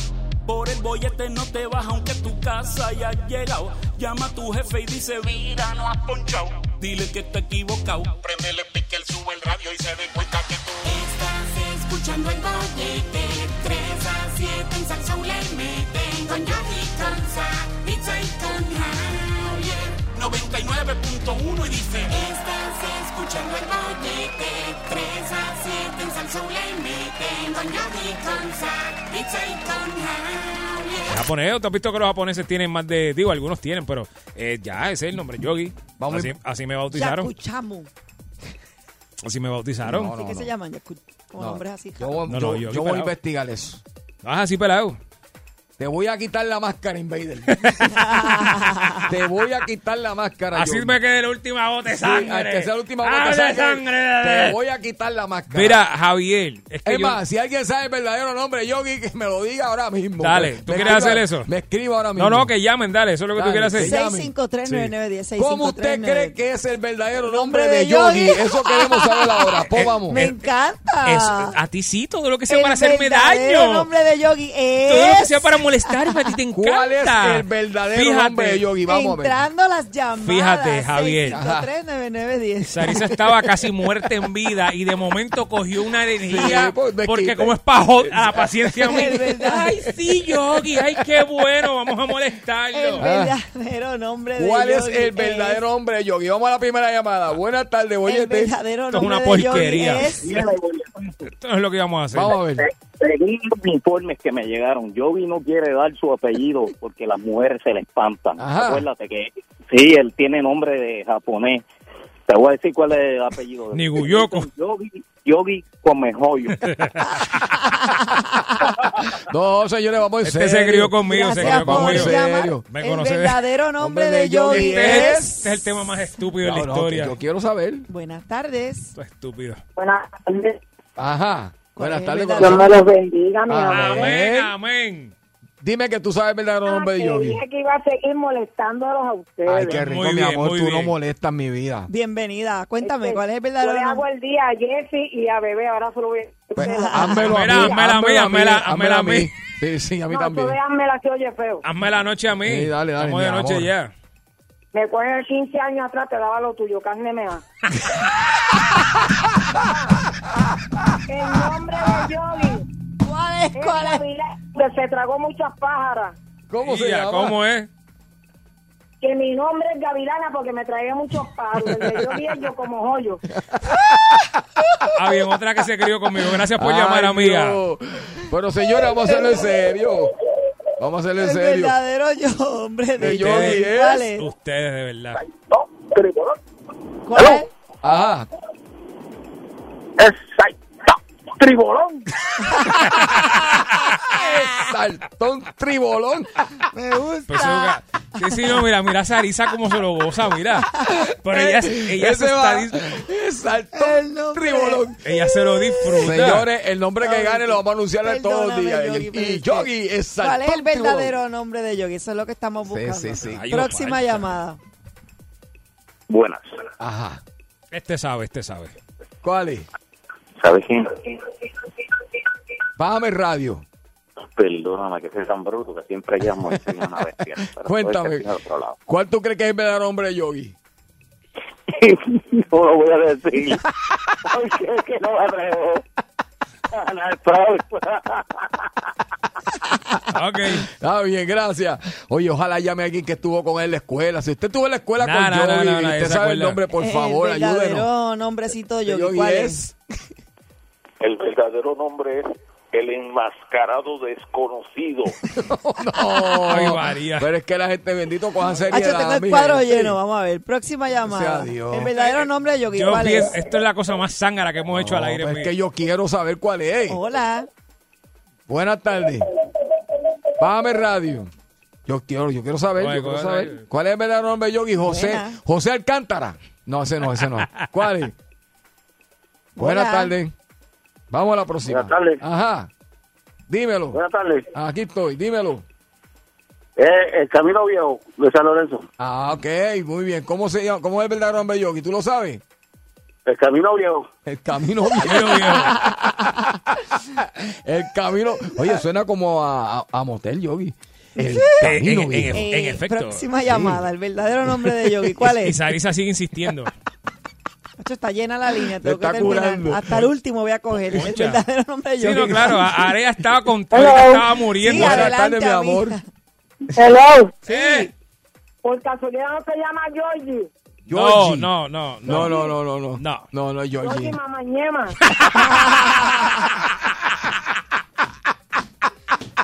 [SPEAKER 1] Por el bollete no te baja aunque tu casa haya llegado. Llama a tu jefe y dice,
[SPEAKER 9] Mira, no has ponchado.
[SPEAKER 1] dile que está equivocado.
[SPEAKER 9] Prendele pique, el sube el radio y se dé cuenta que tú.
[SPEAKER 10] Estás escuchando el bollete. 3 a 7 en Salsón le meten. Con Yogi, con Zack, y Jay, con Javier.
[SPEAKER 9] 99.1 y dice.
[SPEAKER 10] Estás escuchando el bollete. 3 a 7 en Salsón le meten. Con Yogi, con Zack, y Jay, con Javier.
[SPEAKER 3] Japonés, ¿tú has visto que los japoneses tienen más de, digo, algunos tienen, pero eh, ya ese es el nombre, Yogi.
[SPEAKER 4] Vamos.
[SPEAKER 3] Así, así me
[SPEAKER 2] Ya
[SPEAKER 3] bautizaron.
[SPEAKER 2] escuchamos.
[SPEAKER 3] Así me bautizaron.
[SPEAKER 4] No,
[SPEAKER 2] Así
[SPEAKER 4] no,
[SPEAKER 2] que
[SPEAKER 4] no.
[SPEAKER 2] se llaman, ya escu- como
[SPEAKER 4] No,
[SPEAKER 2] nombres así.
[SPEAKER 4] Yo, voy-
[SPEAKER 3] No, no,
[SPEAKER 4] yo-
[SPEAKER 3] yo aquí
[SPEAKER 4] yo voy a
[SPEAKER 3] pelado.
[SPEAKER 4] investigar eso.
[SPEAKER 3] Ah, así pelado.
[SPEAKER 4] Te voy a quitar la máscara, Invader. te voy a quitar la máscara.
[SPEAKER 3] Así
[SPEAKER 4] Jordan.
[SPEAKER 3] me quedé la última gota de
[SPEAKER 4] Sí,
[SPEAKER 3] sangre.
[SPEAKER 4] al que sea la última
[SPEAKER 3] Ah,
[SPEAKER 4] gota
[SPEAKER 3] de
[SPEAKER 4] sangre,
[SPEAKER 3] sangre.
[SPEAKER 4] Te voy a quitar la máscara.
[SPEAKER 3] Mira, Javier, es que
[SPEAKER 4] Es
[SPEAKER 3] yo-
[SPEAKER 4] más, si alguien sabe el verdadero nombre de Yogi, que me lo diga ahora mismo.
[SPEAKER 3] Dale,
[SPEAKER 4] Me-
[SPEAKER 3] ¿tú
[SPEAKER 4] me
[SPEAKER 3] quieres
[SPEAKER 4] escriba-
[SPEAKER 3] hacer eso?
[SPEAKER 4] Me escribo ahora mismo.
[SPEAKER 3] No, no, que llamen, dale, eso es lo que tú
[SPEAKER 4] Dale,
[SPEAKER 3] quieres hacer.
[SPEAKER 4] sí. llamen.
[SPEAKER 2] 6539910.
[SPEAKER 4] ¿Cómo usted cree que es el verdadero nombre
[SPEAKER 2] Nombre
[SPEAKER 4] de
[SPEAKER 2] de
[SPEAKER 4] Yogi?
[SPEAKER 2] Yogi.
[SPEAKER 4] Eso queremos saber ahora. Pues vamos.
[SPEAKER 2] Me encanta.
[SPEAKER 3] Es- a ti sí, todo lo que sea
[SPEAKER 2] El
[SPEAKER 3] para hacerme
[SPEAKER 2] verdadero
[SPEAKER 3] daño.
[SPEAKER 2] nombre de Yogi
[SPEAKER 3] Todo lo que
[SPEAKER 2] es
[SPEAKER 3] sea para molestarme, a ti te encanta.
[SPEAKER 4] ¿Cuál es el verdadero
[SPEAKER 3] Fíjate,
[SPEAKER 4] nombre de Yogi? Vamos a ver.
[SPEAKER 2] entrando las llamadas.
[SPEAKER 3] Fíjate, Javier.
[SPEAKER 2] 6539910.
[SPEAKER 3] Sarisa estaba casi muerta en vida y de momento cogió una energía
[SPEAKER 4] Sí, pues, me
[SPEAKER 3] porque
[SPEAKER 4] quité.
[SPEAKER 3] como es pajo a la paciencia mía.
[SPEAKER 2] Es verdad.
[SPEAKER 3] Ay, sí, Yogi, ay, qué bueno, vamos a
[SPEAKER 2] El
[SPEAKER 3] molestarlo.
[SPEAKER 2] verdadero nombre de
[SPEAKER 4] Ah. ¿Cuál es
[SPEAKER 2] Yogi eh.
[SPEAKER 4] el verdadero nombre de Yogi? Vamos a la primera llamada. Buenas tardes,
[SPEAKER 2] El
[SPEAKER 4] bollete.
[SPEAKER 2] verdadero
[SPEAKER 3] Esto es una
[SPEAKER 2] nombre de Yogi
[SPEAKER 3] porquería.
[SPEAKER 2] es-
[SPEAKER 3] Esto es lo que vamos a hacer.
[SPEAKER 4] Vamos a ver.
[SPEAKER 7] Según los informes que me llegaron, Yogi no quiere dar su apellido porque las mujeres se le espantan.
[SPEAKER 4] Ajá.
[SPEAKER 7] Acuérdate que sí, él tiene nombre de japonés. Te voy a decir cuál es el apellido. de él.
[SPEAKER 3] Niguyoko.
[SPEAKER 7] Yogi, Yogi Comejoyo.
[SPEAKER 4] No, señores, vamos en
[SPEAKER 3] Este se
[SPEAKER 4] serio.
[SPEAKER 3] crió conmigo, se
[SPEAKER 2] Gracias
[SPEAKER 3] crió
[SPEAKER 4] vamos
[SPEAKER 2] por
[SPEAKER 4] en
[SPEAKER 3] conmigo.
[SPEAKER 4] serio.
[SPEAKER 2] llamar.
[SPEAKER 3] Me
[SPEAKER 2] El
[SPEAKER 3] conoce de-
[SPEAKER 2] verdadero nombre de Yogi
[SPEAKER 3] Este es, el-
[SPEAKER 2] es...
[SPEAKER 3] este es el tema más estúpido de
[SPEAKER 4] No,
[SPEAKER 3] la
[SPEAKER 4] no,
[SPEAKER 3] historia.
[SPEAKER 4] que Yo quiero saber.
[SPEAKER 2] Buenas tardes.
[SPEAKER 3] Esto es estúpido.
[SPEAKER 5] Buenas tardes.
[SPEAKER 4] Ajá. Buenas
[SPEAKER 2] es
[SPEAKER 4] tardes.
[SPEAKER 2] el
[SPEAKER 5] Dios
[SPEAKER 4] corazón.
[SPEAKER 5] me los bendiga, mi
[SPEAKER 4] Amén.
[SPEAKER 5] amor.
[SPEAKER 3] Amén, amén.
[SPEAKER 4] Dime que tú sabes el
[SPEAKER 2] Ah,
[SPEAKER 4] verdadero nombre de
[SPEAKER 5] Ah, que
[SPEAKER 4] Yogi.
[SPEAKER 5] dije que iba a seguir molestándolos a ustedes.
[SPEAKER 4] Ay, qué rico, mi amor, tú no molestas mi vida.
[SPEAKER 2] Bienvenida. Cuéntame,
[SPEAKER 5] Este,
[SPEAKER 2] ¿cuál es el verdadero
[SPEAKER 5] Yo le hago
[SPEAKER 2] nombre? ah,
[SPEAKER 5] el día a Jessy y a Bebé, ahora solo voy a...
[SPEAKER 4] Pues, házmelo a mí,
[SPEAKER 3] Mira, házmela a mí,
[SPEAKER 4] házmelo
[SPEAKER 3] házmela- házmela a mí.
[SPEAKER 4] Sí, sí, a mí
[SPEAKER 5] No,
[SPEAKER 4] también.
[SPEAKER 5] tú déjamela que oye feo.
[SPEAKER 3] Hazme la noche a mí.
[SPEAKER 4] Sí, dale, dale,
[SPEAKER 3] Estamos de
[SPEAKER 4] mi
[SPEAKER 3] noche
[SPEAKER 4] amor.
[SPEAKER 3] ya.
[SPEAKER 5] Me pones 15 años atrás, te daba lo tuyo, carne mea. el nombre de Yogi
[SPEAKER 2] ¿Cuál es?
[SPEAKER 5] es
[SPEAKER 2] ¿Cuál
[SPEAKER 5] la
[SPEAKER 2] es?
[SPEAKER 5] vida que se tragó muchas pájaras.
[SPEAKER 4] ¿Cómo se
[SPEAKER 3] Ya,
[SPEAKER 4] llama?
[SPEAKER 3] ¿Cómo es?
[SPEAKER 5] Que mi nombre es Gavilana porque me traía muchos palos. El de Yogi es yo como joyo.
[SPEAKER 3] Ah, bien, otra que se crió conmigo. Gracias por
[SPEAKER 4] Ay,
[SPEAKER 3] llamar, amiga.
[SPEAKER 4] Dios. Pero señora, vamos a hacerlo en serio. Vamos a hacerlo en
[SPEAKER 2] El
[SPEAKER 4] serio.
[SPEAKER 2] verdadero yo, hombre de
[SPEAKER 4] De ¿eh?
[SPEAKER 2] yo.
[SPEAKER 4] Yogi es-
[SPEAKER 2] ¿Cuál es?
[SPEAKER 3] Ustedes, de verdad.
[SPEAKER 7] No, tribunal.
[SPEAKER 2] ¿Cuál es?
[SPEAKER 4] Ajá.
[SPEAKER 7] Exacto. Tribolón.
[SPEAKER 4] Saltón tribolón.
[SPEAKER 2] Me
[SPEAKER 3] Pues eso
[SPEAKER 2] gusta.
[SPEAKER 3] ga- sí, sí, no, mira, mira a Sarisa cómo se lo goza, mira. Pero ella, ella se
[SPEAKER 4] Ese va.
[SPEAKER 3] está dis-
[SPEAKER 2] El
[SPEAKER 4] Saltón
[SPEAKER 2] nombre.
[SPEAKER 4] tribolón.
[SPEAKER 3] ella se lo disfruta.
[SPEAKER 4] Señores, el nombre que gane lo vamos a anunciar todos los
[SPEAKER 2] Perdóname,
[SPEAKER 4] días.
[SPEAKER 2] Yogi,
[SPEAKER 4] Y-
[SPEAKER 2] pero
[SPEAKER 4] Y
[SPEAKER 2] es que-
[SPEAKER 4] Yogi es saltón
[SPEAKER 2] ¿Cuál es el
[SPEAKER 4] tribolón.
[SPEAKER 2] verdadero nombre de Yogi? Eso es lo que estamos buscando.
[SPEAKER 4] sí, sí.
[SPEAKER 3] Ay,
[SPEAKER 2] Próxima
[SPEAKER 3] falta.
[SPEAKER 2] llamada.
[SPEAKER 8] Buenas.
[SPEAKER 4] Ajá.
[SPEAKER 3] Este sabe, este sabe.
[SPEAKER 4] ¿Cuál es?
[SPEAKER 8] ¿Sabes quién?
[SPEAKER 4] Bájame el radio.
[SPEAKER 8] Perdóname que soy tan bruto que siempre llamo y soy una bestia. pero
[SPEAKER 4] Cuéntame.
[SPEAKER 8] estoy del otro lado.
[SPEAKER 4] ¿Cuál tú crees que es el verdadero nombre de Yogi?
[SPEAKER 8] no lo voy a decir. Porque es que no me atrevo. Al fraude.
[SPEAKER 3] Ok.
[SPEAKER 4] Está bien, gracias. Oye, ojalá llame a alguien que estuvo con él en la escuela. Si usted estuvo en la escuela
[SPEAKER 3] No,
[SPEAKER 4] con
[SPEAKER 3] no, no,
[SPEAKER 4] Yogi
[SPEAKER 3] no, no,
[SPEAKER 4] y
[SPEAKER 3] nadie
[SPEAKER 4] usted
[SPEAKER 3] se
[SPEAKER 4] sabe el
[SPEAKER 3] acuerda.
[SPEAKER 4] nombre, por favor,
[SPEAKER 2] el verdadero
[SPEAKER 4] ayúdenos.
[SPEAKER 2] nombrecito de Yogi.
[SPEAKER 4] Yogi
[SPEAKER 2] ¿Cuál es?
[SPEAKER 4] es...
[SPEAKER 8] El verdadero nombre es el enmascarado desconocido.
[SPEAKER 4] No,
[SPEAKER 3] Ay, María.
[SPEAKER 4] Oh, Pero es que la gente bendito coja
[SPEAKER 2] Ah, yo
[SPEAKER 4] seriedad.
[SPEAKER 2] tengo el
[SPEAKER 4] mi
[SPEAKER 2] cuadro
[SPEAKER 4] gente.
[SPEAKER 2] lleno. Vamos a ver. Próxima llamada.
[SPEAKER 4] Dios.
[SPEAKER 2] El verdadero nombre de Yogi.
[SPEAKER 3] Yo
[SPEAKER 2] ¿Cuál
[SPEAKER 3] pienso-
[SPEAKER 2] es?
[SPEAKER 3] esto es la cosa más zángara que hemos hecho al
[SPEAKER 4] No,
[SPEAKER 3] aire.
[SPEAKER 2] pues,
[SPEAKER 4] pero
[SPEAKER 3] mira.
[SPEAKER 4] es que yo quiero saber cuál es.
[SPEAKER 2] Hola.
[SPEAKER 4] Buenas tardes. Bájame el radio. Yo quiero, yo quiero saber,
[SPEAKER 3] Oye,
[SPEAKER 4] yo quiero
[SPEAKER 3] oye,
[SPEAKER 4] saber.
[SPEAKER 3] oye.
[SPEAKER 4] ¿Cuál es el verdadero nombre de Yogi? José,
[SPEAKER 2] Buena.
[SPEAKER 4] José Alcántara. No, ese no, ese no. ¿Cuál es? Buenas
[SPEAKER 2] Hola.
[SPEAKER 4] tardes. Vamos a la próxima.
[SPEAKER 7] Buenas tardes.
[SPEAKER 4] Ajá. Dímelo.
[SPEAKER 7] Buenas tardes.
[SPEAKER 4] Aquí estoy, dímelo.
[SPEAKER 7] Eh, el Camino Viejo de San Lorenzo.
[SPEAKER 4] Ah, ok, muy bien. ¿Cómo se llama? ¿Cómo es el verdadero nombre de Yogi? ¿Tú lo sabes?
[SPEAKER 7] El Camino Viejo.
[SPEAKER 4] El camino viejo.
[SPEAKER 3] Pero, viejo,
[SPEAKER 4] El camino. Oye, suena como a, a- a motel, Yogi. El
[SPEAKER 3] en-
[SPEAKER 4] camino
[SPEAKER 3] en-
[SPEAKER 4] viejo.
[SPEAKER 3] en-
[SPEAKER 2] Eh,
[SPEAKER 3] efecto.
[SPEAKER 2] Próxima llamada. El verdadero nombre de Yogi. ¿Cuál
[SPEAKER 3] y
[SPEAKER 2] es?
[SPEAKER 3] Sarisa sigue insistiendo.
[SPEAKER 2] Esto está llena la línea. Tengo que
[SPEAKER 4] está
[SPEAKER 2] terminar.
[SPEAKER 4] curando.
[SPEAKER 2] Hasta el último voy a coger. El
[SPEAKER 3] Concha.
[SPEAKER 2] verdadero nombre de
[SPEAKER 3] Sí,
[SPEAKER 2] Yogi.
[SPEAKER 3] no, claro, a- Area estaba con
[SPEAKER 5] Hello.
[SPEAKER 3] estaba
[SPEAKER 2] Sí,
[SPEAKER 3] muriendo.
[SPEAKER 4] Buenas
[SPEAKER 2] adelante,
[SPEAKER 4] tardes, mi
[SPEAKER 2] amiga.
[SPEAKER 4] amor.
[SPEAKER 5] Hello.
[SPEAKER 3] Sí.
[SPEAKER 5] Por casualidad no se llama Yogi.
[SPEAKER 3] No,
[SPEAKER 4] Yogi.
[SPEAKER 3] no, no,
[SPEAKER 4] No, no, no, no, no.
[SPEAKER 3] No.
[SPEAKER 4] no, no, Yogi.
[SPEAKER 5] Yogi Mamañema.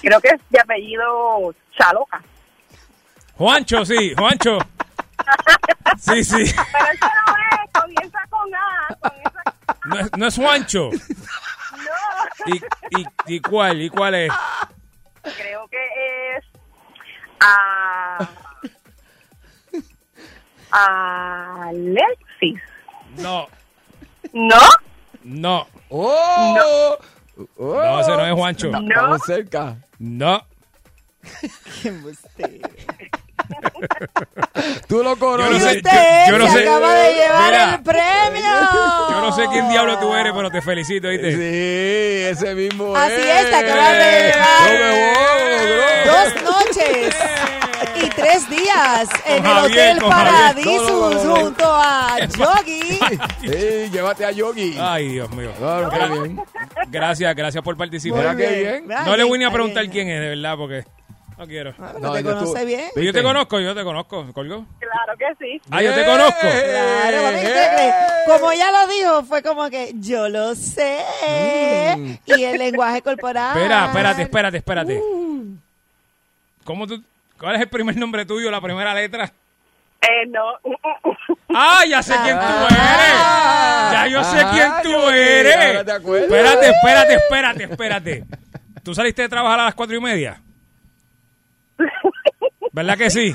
[SPEAKER 5] creo que es de apellido Chaloca.
[SPEAKER 3] Juancho, sí, Juancho. Sí, sí.
[SPEAKER 5] Pero eso no es, comienza con A, comienza
[SPEAKER 3] No es, no es Juancho.
[SPEAKER 5] No,
[SPEAKER 3] ¿Y, y, y cuál? ¿Y cuál es?
[SPEAKER 5] creo que es a. Alexis.
[SPEAKER 3] No,
[SPEAKER 5] ¿No?
[SPEAKER 3] no,
[SPEAKER 4] ¡Oh! ¡Oh!
[SPEAKER 3] no, ese no es Juancho.
[SPEAKER 4] No, Estamos cerca.
[SPEAKER 3] No.
[SPEAKER 2] Qué embustero.
[SPEAKER 4] Tú lo
[SPEAKER 3] Yo no
[SPEAKER 4] conoces.
[SPEAKER 2] y
[SPEAKER 3] sé,
[SPEAKER 2] usted
[SPEAKER 3] yo- yo no
[SPEAKER 2] se
[SPEAKER 3] sé.
[SPEAKER 2] acaba de llevar
[SPEAKER 3] Mira,
[SPEAKER 2] el premio.
[SPEAKER 3] Yo no sé quién diablo tú eres, pero te felicito, ¿viste?
[SPEAKER 4] Sí, ese mismo
[SPEAKER 2] Así es,
[SPEAKER 3] ¡Eh!
[SPEAKER 2] te acabas de
[SPEAKER 4] Yo me voy, bro.
[SPEAKER 2] Dos noches y tres días en el
[SPEAKER 3] Javier,
[SPEAKER 2] Hotel
[SPEAKER 3] con Javier.
[SPEAKER 2] Paradisus
[SPEAKER 4] No, no, no, no.
[SPEAKER 2] junto a Yogi.
[SPEAKER 4] Sí, llévate a Yogi.
[SPEAKER 3] Ay, Dios mío.
[SPEAKER 4] Claro, qué bien.
[SPEAKER 3] Gracias, gracias por
[SPEAKER 4] Mira
[SPEAKER 3] participar.
[SPEAKER 4] qué bien.
[SPEAKER 3] No le voy a preguntar quién es, de verdad, porque no quiero.
[SPEAKER 2] Ah, pero
[SPEAKER 4] No,
[SPEAKER 2] te
[SPEAKER 4] yo tú-
[SPEAKER 2] conoce bien.
[SPEAKER 4] ¿Viste?
[SPEAKER 3] Yo te conozco, yo te conozco. ¿Colgó?
[SPEAKER 5] Claro que sí.
[SPEAKER 3] Ah, yo te conozco.
[SPEAKER 2] Claro,
[SPEAKER 3] ¡Eh!
[SPEAKER 2] papi, ¿qué usted cree? Como ella lo dijo, fue como que yo lo sé.
[SPEAKER 3] Mm.
[SPEAKER 2] Y el lenguaje corporal.
[SPEAKER 3] Espera, espérate, espérate, espérate. ¿Cómo tú, ¿Cuál es el primer nombre tuyo, la primera letra?
[SPEAKER 13] Eh, no. uh.
[SPEAKER 3] ¡Ah, ya sé quién tú eres! ¡Ya yo sé
[SPEAKER 13] Ah,
[SPEAKER 3] quién
[SPEAKER 13] yo
[SPEAKER 3] tú
[SPEAKER 13] vi,
[SPEAKER 3] eres!
[SPEAKER 13] ahora te acuerdas.
[SPEAKER 3] Espérate, espérate, espérate, espérate. ¿Tú saliste de trabajar a las cuatro y media? ¿Verdad que sí?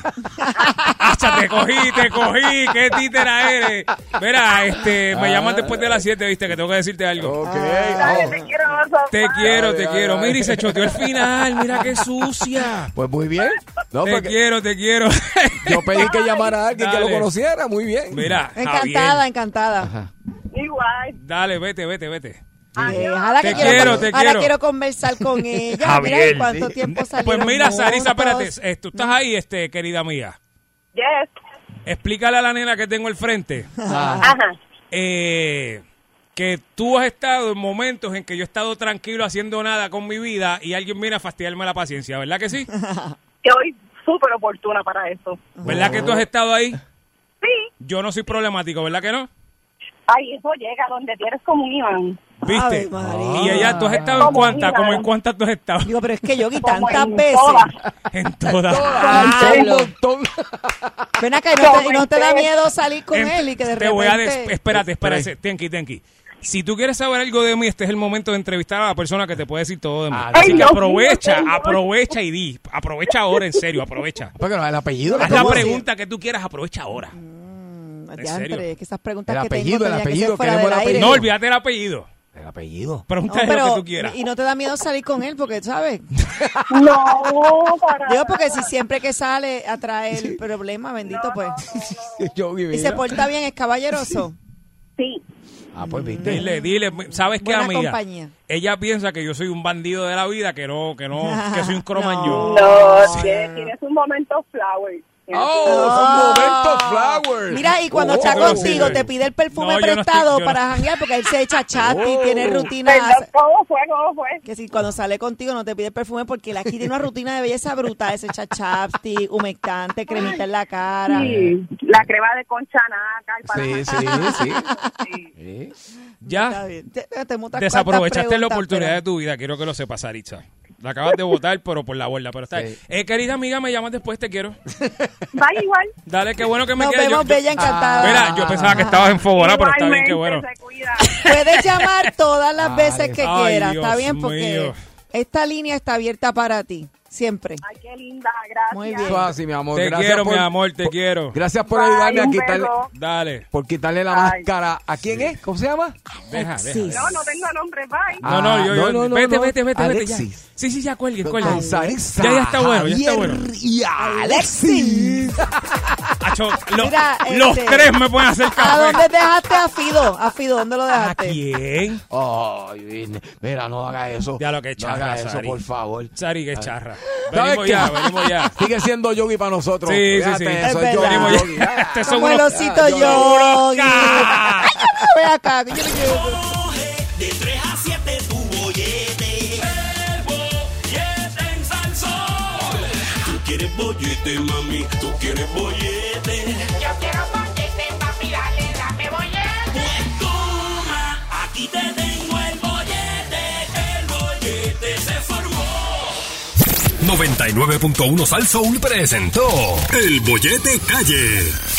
[SPEAKER 3] Hasta te cogí, te cogí, qué títera eres. Mira, este,
[SPEAKER 4] Ah.
[SPEAKER 3] me llaman después de las siete, viste, que tengo que decirte algo.
[SPEAKER 13] Dale, te quiero, oso.
[SPEAKER 3] Te quiero, te
[SPEAKER 4] Oh. Dale,
[SPEAKER 3] quiero.
[SPEAKER 4] dale.
[SPEAKER 3] Mira, y se choteó el final, mira qué sucia.
[SPEAKER 4] Pues muy bien. No,
[SPEAKER 3] te
[SPEAKER 4] porque
[SPEAKER 3] quiero, te quiero.
[SPEAKER 4] yo pedí que llamara a alguien que
[SPEAKER 3] Dale.
[SPEAKER 4] lo conociera. Muy bien.
[SPEAKER 3] Mira,
[SPEAKER 2] Encantada, encantada.
[SPEAKER 13] Igual.
[SPEAKER 3] Dale, vete, vete, vete.
[SPEAKER 2] Eh, ahora
[SPEAKER 3] Te
[SPEAKER 2] que quiero,
[SPEAKER 3] quiero, te
[SPEAKER 2] ahora
[SPEAKER 3] quiero.
[SPEAKER 2] quiero conversar con ella. Mira, ¿y
[SPEAKER 3] Javier.
[SPEAKER 2] cuánto
[SPEAKER 3] Sí.
[SPEAKER 2] tiempo
[SPEAKER 3] Pues
[SPEAKER 2] salieron
[SPEAKER 3] mira, Sarisa,
[SPEAKER 2] juntos?
[SPEAKER 3] espérate, eh, tú estás ahí, este, querida mía.
[SPEAKER 13] Yes. Ah.
[SPEAKER 3] Explícale a la nena que tengo al frente
[SPEAKER 13] Ajá.
[SPEAKER 3] eh, que tú has estado en momentos en que yo he estado tranquilo haciendo nada con mi vida y alguien viene a fastidiarme la paciencia, ¿verdad que sí?
[SPEAKER 13] Que hoy súper oportuna para eso.
[SPEAKER 3] ¿Verdad que tú has estado ahí?
[SPEAKER 13] Sí.
[SPEAKER 3] Yo no soy problemático, ¿verdad que no?
[SPEAKER 13] Ay, eso llega donde tú eres como un imán.
[SPEAKER 3] ¿Viste? Y ella, ¿tú has estado en
[SPEAKER 13] Como
[SPEAKER 3] cuántas?
[SPEAKER 13] mira.
[SPEAKER 3] ¿Cómo en cuántas tú has estado?
[SPEAKER 2] Digo, pero es que yo
[SPEAKER 13] Como
[SPEAKER 2] tantas
[SPEAKER 13] en
[SPEAKER 2] veces.
[SPEAKER 13] todas.
[SPEAKER 3] En todas.
[SPEAKER 2] Ven acá, ¿y no te, y no te da
[SPEAKER 13] Como en
[SPEAKER 2] miedo salir con
[SPEAKER 3] Ent-
[SPEAKER 2] él y que de
[SPEAKER 3] Te
[SPEAKER 2] repente.
[SPEAKER 3] voy a... des- Espérate, espérate, tenki, tenki. Si tú quieres saber algo de mí, este es el momento de entrevistar a la persona que te puede decir todo de mí. Así
[SPEAKER 4] Dios
[SPEAKER 3] que
[SPEAKER 4] mío,
[SPEAKER 3] aprovecha,
[SPEAKER 4] señor.
[SPEAKER 3] aprovecha y di. Aprovecha ahora, en serio, aprovecha.
[SPEAKER 4] Porque no, el apellido.
[SPEAKER 3] Haz
[SPEAKER 4] que
[SPEAKER 3] la
[SPEAKER 4] tú-
[SPEAKER 3] pregunta que tú quieras, aprovecha ahora.
[SPEAKER 2] Mm, Ya,
[SPEAKER 3] serio.
[SPEAKER 2] entre, que esas preguntas
[SPEAKER 4] El
[SPEAKER 2] que
[SPEAKER 4] apellido,
[SPEAKER 2] tengo tenía
[SPEAKER 4] el
[SPEAKER 2] que
[SPEAKER 4] apellido,
[SPEAKER 2] ser fuera
[SPEAKER 4] queremos
[SPEAKER 2] del
[SPEAKER 4] el
[SPEAKER 2] aire.
[SPEAKER 3] No, olvídate el apellido.
[SPEAKER 4] El apellido.
[SPEAKER 2] No,
[SPEAKER 3] Pregúntale lo
[SPEAKER 2] pero-
[SPEAKER 3] que tú quieras.
[SPEAKER 2] Y no te da miedo salir con él, porque, ¿sabes?
[SPEAKER 13] No, para
[SPEAKER 2] Digo, porque si siempre que sale atrae el problema, bendito, pues.
[SPEAKER 4] Yo vi,
[SPEAKER 2] Y se
[SPEAKER 4] mira.
[SPEAKER 2] porta bien, es caballeroso.
[SPEAKER 13] Sí.
[SPEAKER 4] Ah, pues viste.
[SPEAKER 3] Dile, dile, ¿sabes qué,
[SPEAKER 2] Buena
[SPEAKER 3] amiga?
[SPEAKER 2] compañía.
[SPEAKER 3] Ella piensa que yo soy un bandido de la vida, que no, que no, que soy un croman Ah.
[SPEAKER 13] No, que tienes un momento flower.
[SPEAKER 4] Oh, son momentos flowers.
[SPEAKER 2] Ah. Mira, y cuando
[SPEAKER 4] Oh,
[SPEAKER 2] está
[SPEAKER 4] tú no
[SPEAKER 2] contigo,
[SPEAKER 4] sirves.
[SPEAKER 2] te pide el perfume
[SPEAKER 4] No, yo no estoy-
[SPEAKER 2] prestado
[SPEAKER 4] yo no-
[SPEAKER 2] para janguear, porque él se echa chat y
[SPEAKER 4] Oh.
[SPEAKER 2] tiene rutina.
[SPEAKER 13] Perdón, ¿Cómo fue? ¿Cómo fue?
[SPEAKER 2] Que si cuando sale contigo no te pide el perfume porque él aquí tiene una rutina de belleza brutal, ese echa chapstick, humectante, cremita en la cara.
[SPEAKER 13] Sí, la crema de concha naca. el
[SPEAKER 4] Sí,
[SPEAKER 13] panamá.
[SPEAKER 4] sí,
[SPEAKER 13] Sí.
[SPEAKER 4] sí.
[SPEAKER 2] Está
[SPEAKER 3] Ya,
[SPEAKER 2] bien. Te- te- te mutas
[SPEAKER 3] desaprovechaste
[SPEAKER 2] cuantas
[SPEAKER 3] la
[SPEAKER 2] preguntas,
[SPEAKER 3] oportunidad
[SPEAKER 2] pero-
[SPEAKER 3] de tu vida, quiero que lo sepas, Saritza. La acabas de votar, pero por la vuelta, pero está bien.
[SPEAKER 4] Sí.
[SPEAKER 3] Eh, querida amiga, me llamas después, te quiero.
[SPEAKER 13] Vaya igual.
[SPEAKER 3] Dale, qué bueno que me
[SPEAKER 2] Nos
[SPEAKER 3] quieres.
[SPEAKER 2] vemos,
[SPEAKER 3] Yo- yo-
[SPEAKER 2] bella encantada.
[SPEAKER 3] Mira, yo pensaba que estabas enfogonada, pero está bien, qué bueno.
[SPEAKER 13] Igualmente, se cuida.
[SPEAKER 2] Puedes llamar todas las
[SPEAKER 4] Ay,
[SPEAKER 2] veces que
[SPEAKER 3] ay,
[SPEAKER 2] quieras,
[SPEAKER 3] Dios
[SPEAKER 2] está bien, porque
[SPEAKER 3] mío.
[SPEAKER 2] esta línea está abierta para ti, siempre.
[SPEAKER 13] Ay, qué linda, gracias.
[SPEAKER 2] Muy bien.
[SPEAKER 4] Eso así, mi amor.
[SPEAKER 3] Te
[SPEAKER 4] Gracias
[SPEAKER 3] quiero,
[SPEAKER 4] por-
[SPEAKER 3] mi amor, te quiero.
[SPEAKER 4] Gracias por
[SPEAKER 13] Bye,
[SPEAKER 4] ayudarme a
[SPEAKER 13] un
[SPEAKER 4] quitarle,
[SPEAKER 13] beso.
[SPEAKER 3] Dale,
[SPEAKER 4] por quitarle la
[SPEAKER 13] Bye.
[SPEAKER 4] máscara. ¿A quién es? ¿Cómo se llama? Ah,
[SPEAKER 3] deja, deja. deja.
[SPEAKER 13] No, no tengo nombre, bye.
[SPEAKER 3] No, no, yo, yo,
[SPEAKER 4] no, no, no,
[SPEAKER 3] vete,
[SPEAKER 4] no.
[SPEAKER 3] vete, vete, vete, ya.
[SPEAKER 4] Alexis.
[SPEAKER 3] Sí, sí, ya, cuelgue,
[SPEAKER 4] Con-
[SPEAKER 3] cuelgue.
[SPEAKER 4] con Sarisa,
[SPEAKER 3] Ya, ya está bueno, ya está
[SPEAKER 4] Javier
[SPEAKER 3] bueno.
[SPEAKER 4] Y Alexis.
[SPEAKER 3] Acho, lo-
[SPEAKER 2] Mira,
[SPEAKER 3] los
[SPEAKER 2] este,
[SPEAKER 3] tres me pueden hacer
[SPEAKER 2] ¿A
[SPEAKER 3] café.
[SPEAKER 2] dónde dejaste a Fido? ¿A Fido dónde lo
[SPEAKER 3] ¿A
[SPEAKER 2] dejaste?
[SPEAKER 3] quién?
[SPEAKER 4] Ay, Virgen. mira, no haga eso.
[SPEAKER 3] Ya lo que
[SPEAKER 4] no
[SPEAKER 3] charra,
[SPEAKER 4] haga eso,
[SPEAKER 3] Sari.
[SPEAKER 4] por favor. Ah.
[SPEAKER 3] Sari, qué charra.
[SPEAKER 4] ¿Sabes
[SPEAKER 3] Venimos
[SPEAKER 4] qué?
[SPEAKER 3] ya, venimos ya.
[SPEAKER 4] Sigue siendo yogi para nosotros.
[SPEAKER 3] Sí, sí,
[SPEAKER 4] Fíjate
[SPEAKER 3] sí.
[SPEAKER 4] Eso,
[SPEAKER 2] Es
[SPEAKER 4] es yogi,
[SPEAKER 2] verdad.
[SPEAKER 4] yogi. Ah,
[SPEAKER 3] Estos son
[SPEAKER 2] Como el
[SPEAKER 3] unos-
[SPEAKER 2] osito
[SPEAKER 4] yo-
[SPEAKER 2] yo.
[SPEAKER 3] ¡Ah!
[SPEAKER 2] Ve acá. que yo no quiero-
[SPEAKER 1] De 3 a 7 tu bollete. El bollete en salsón. Tú quieres bollete, mami. Tú quieres bollete.
[SPEAKER 10] Yo quiero bollete, papi, dale, dame bollete.
[SPEAKER 1] Pues toma, aquí te tengo el bollete. El bollete se formó.
[SPEAKER 11] 99.1 Sal Soul presentó El Bollete Calle.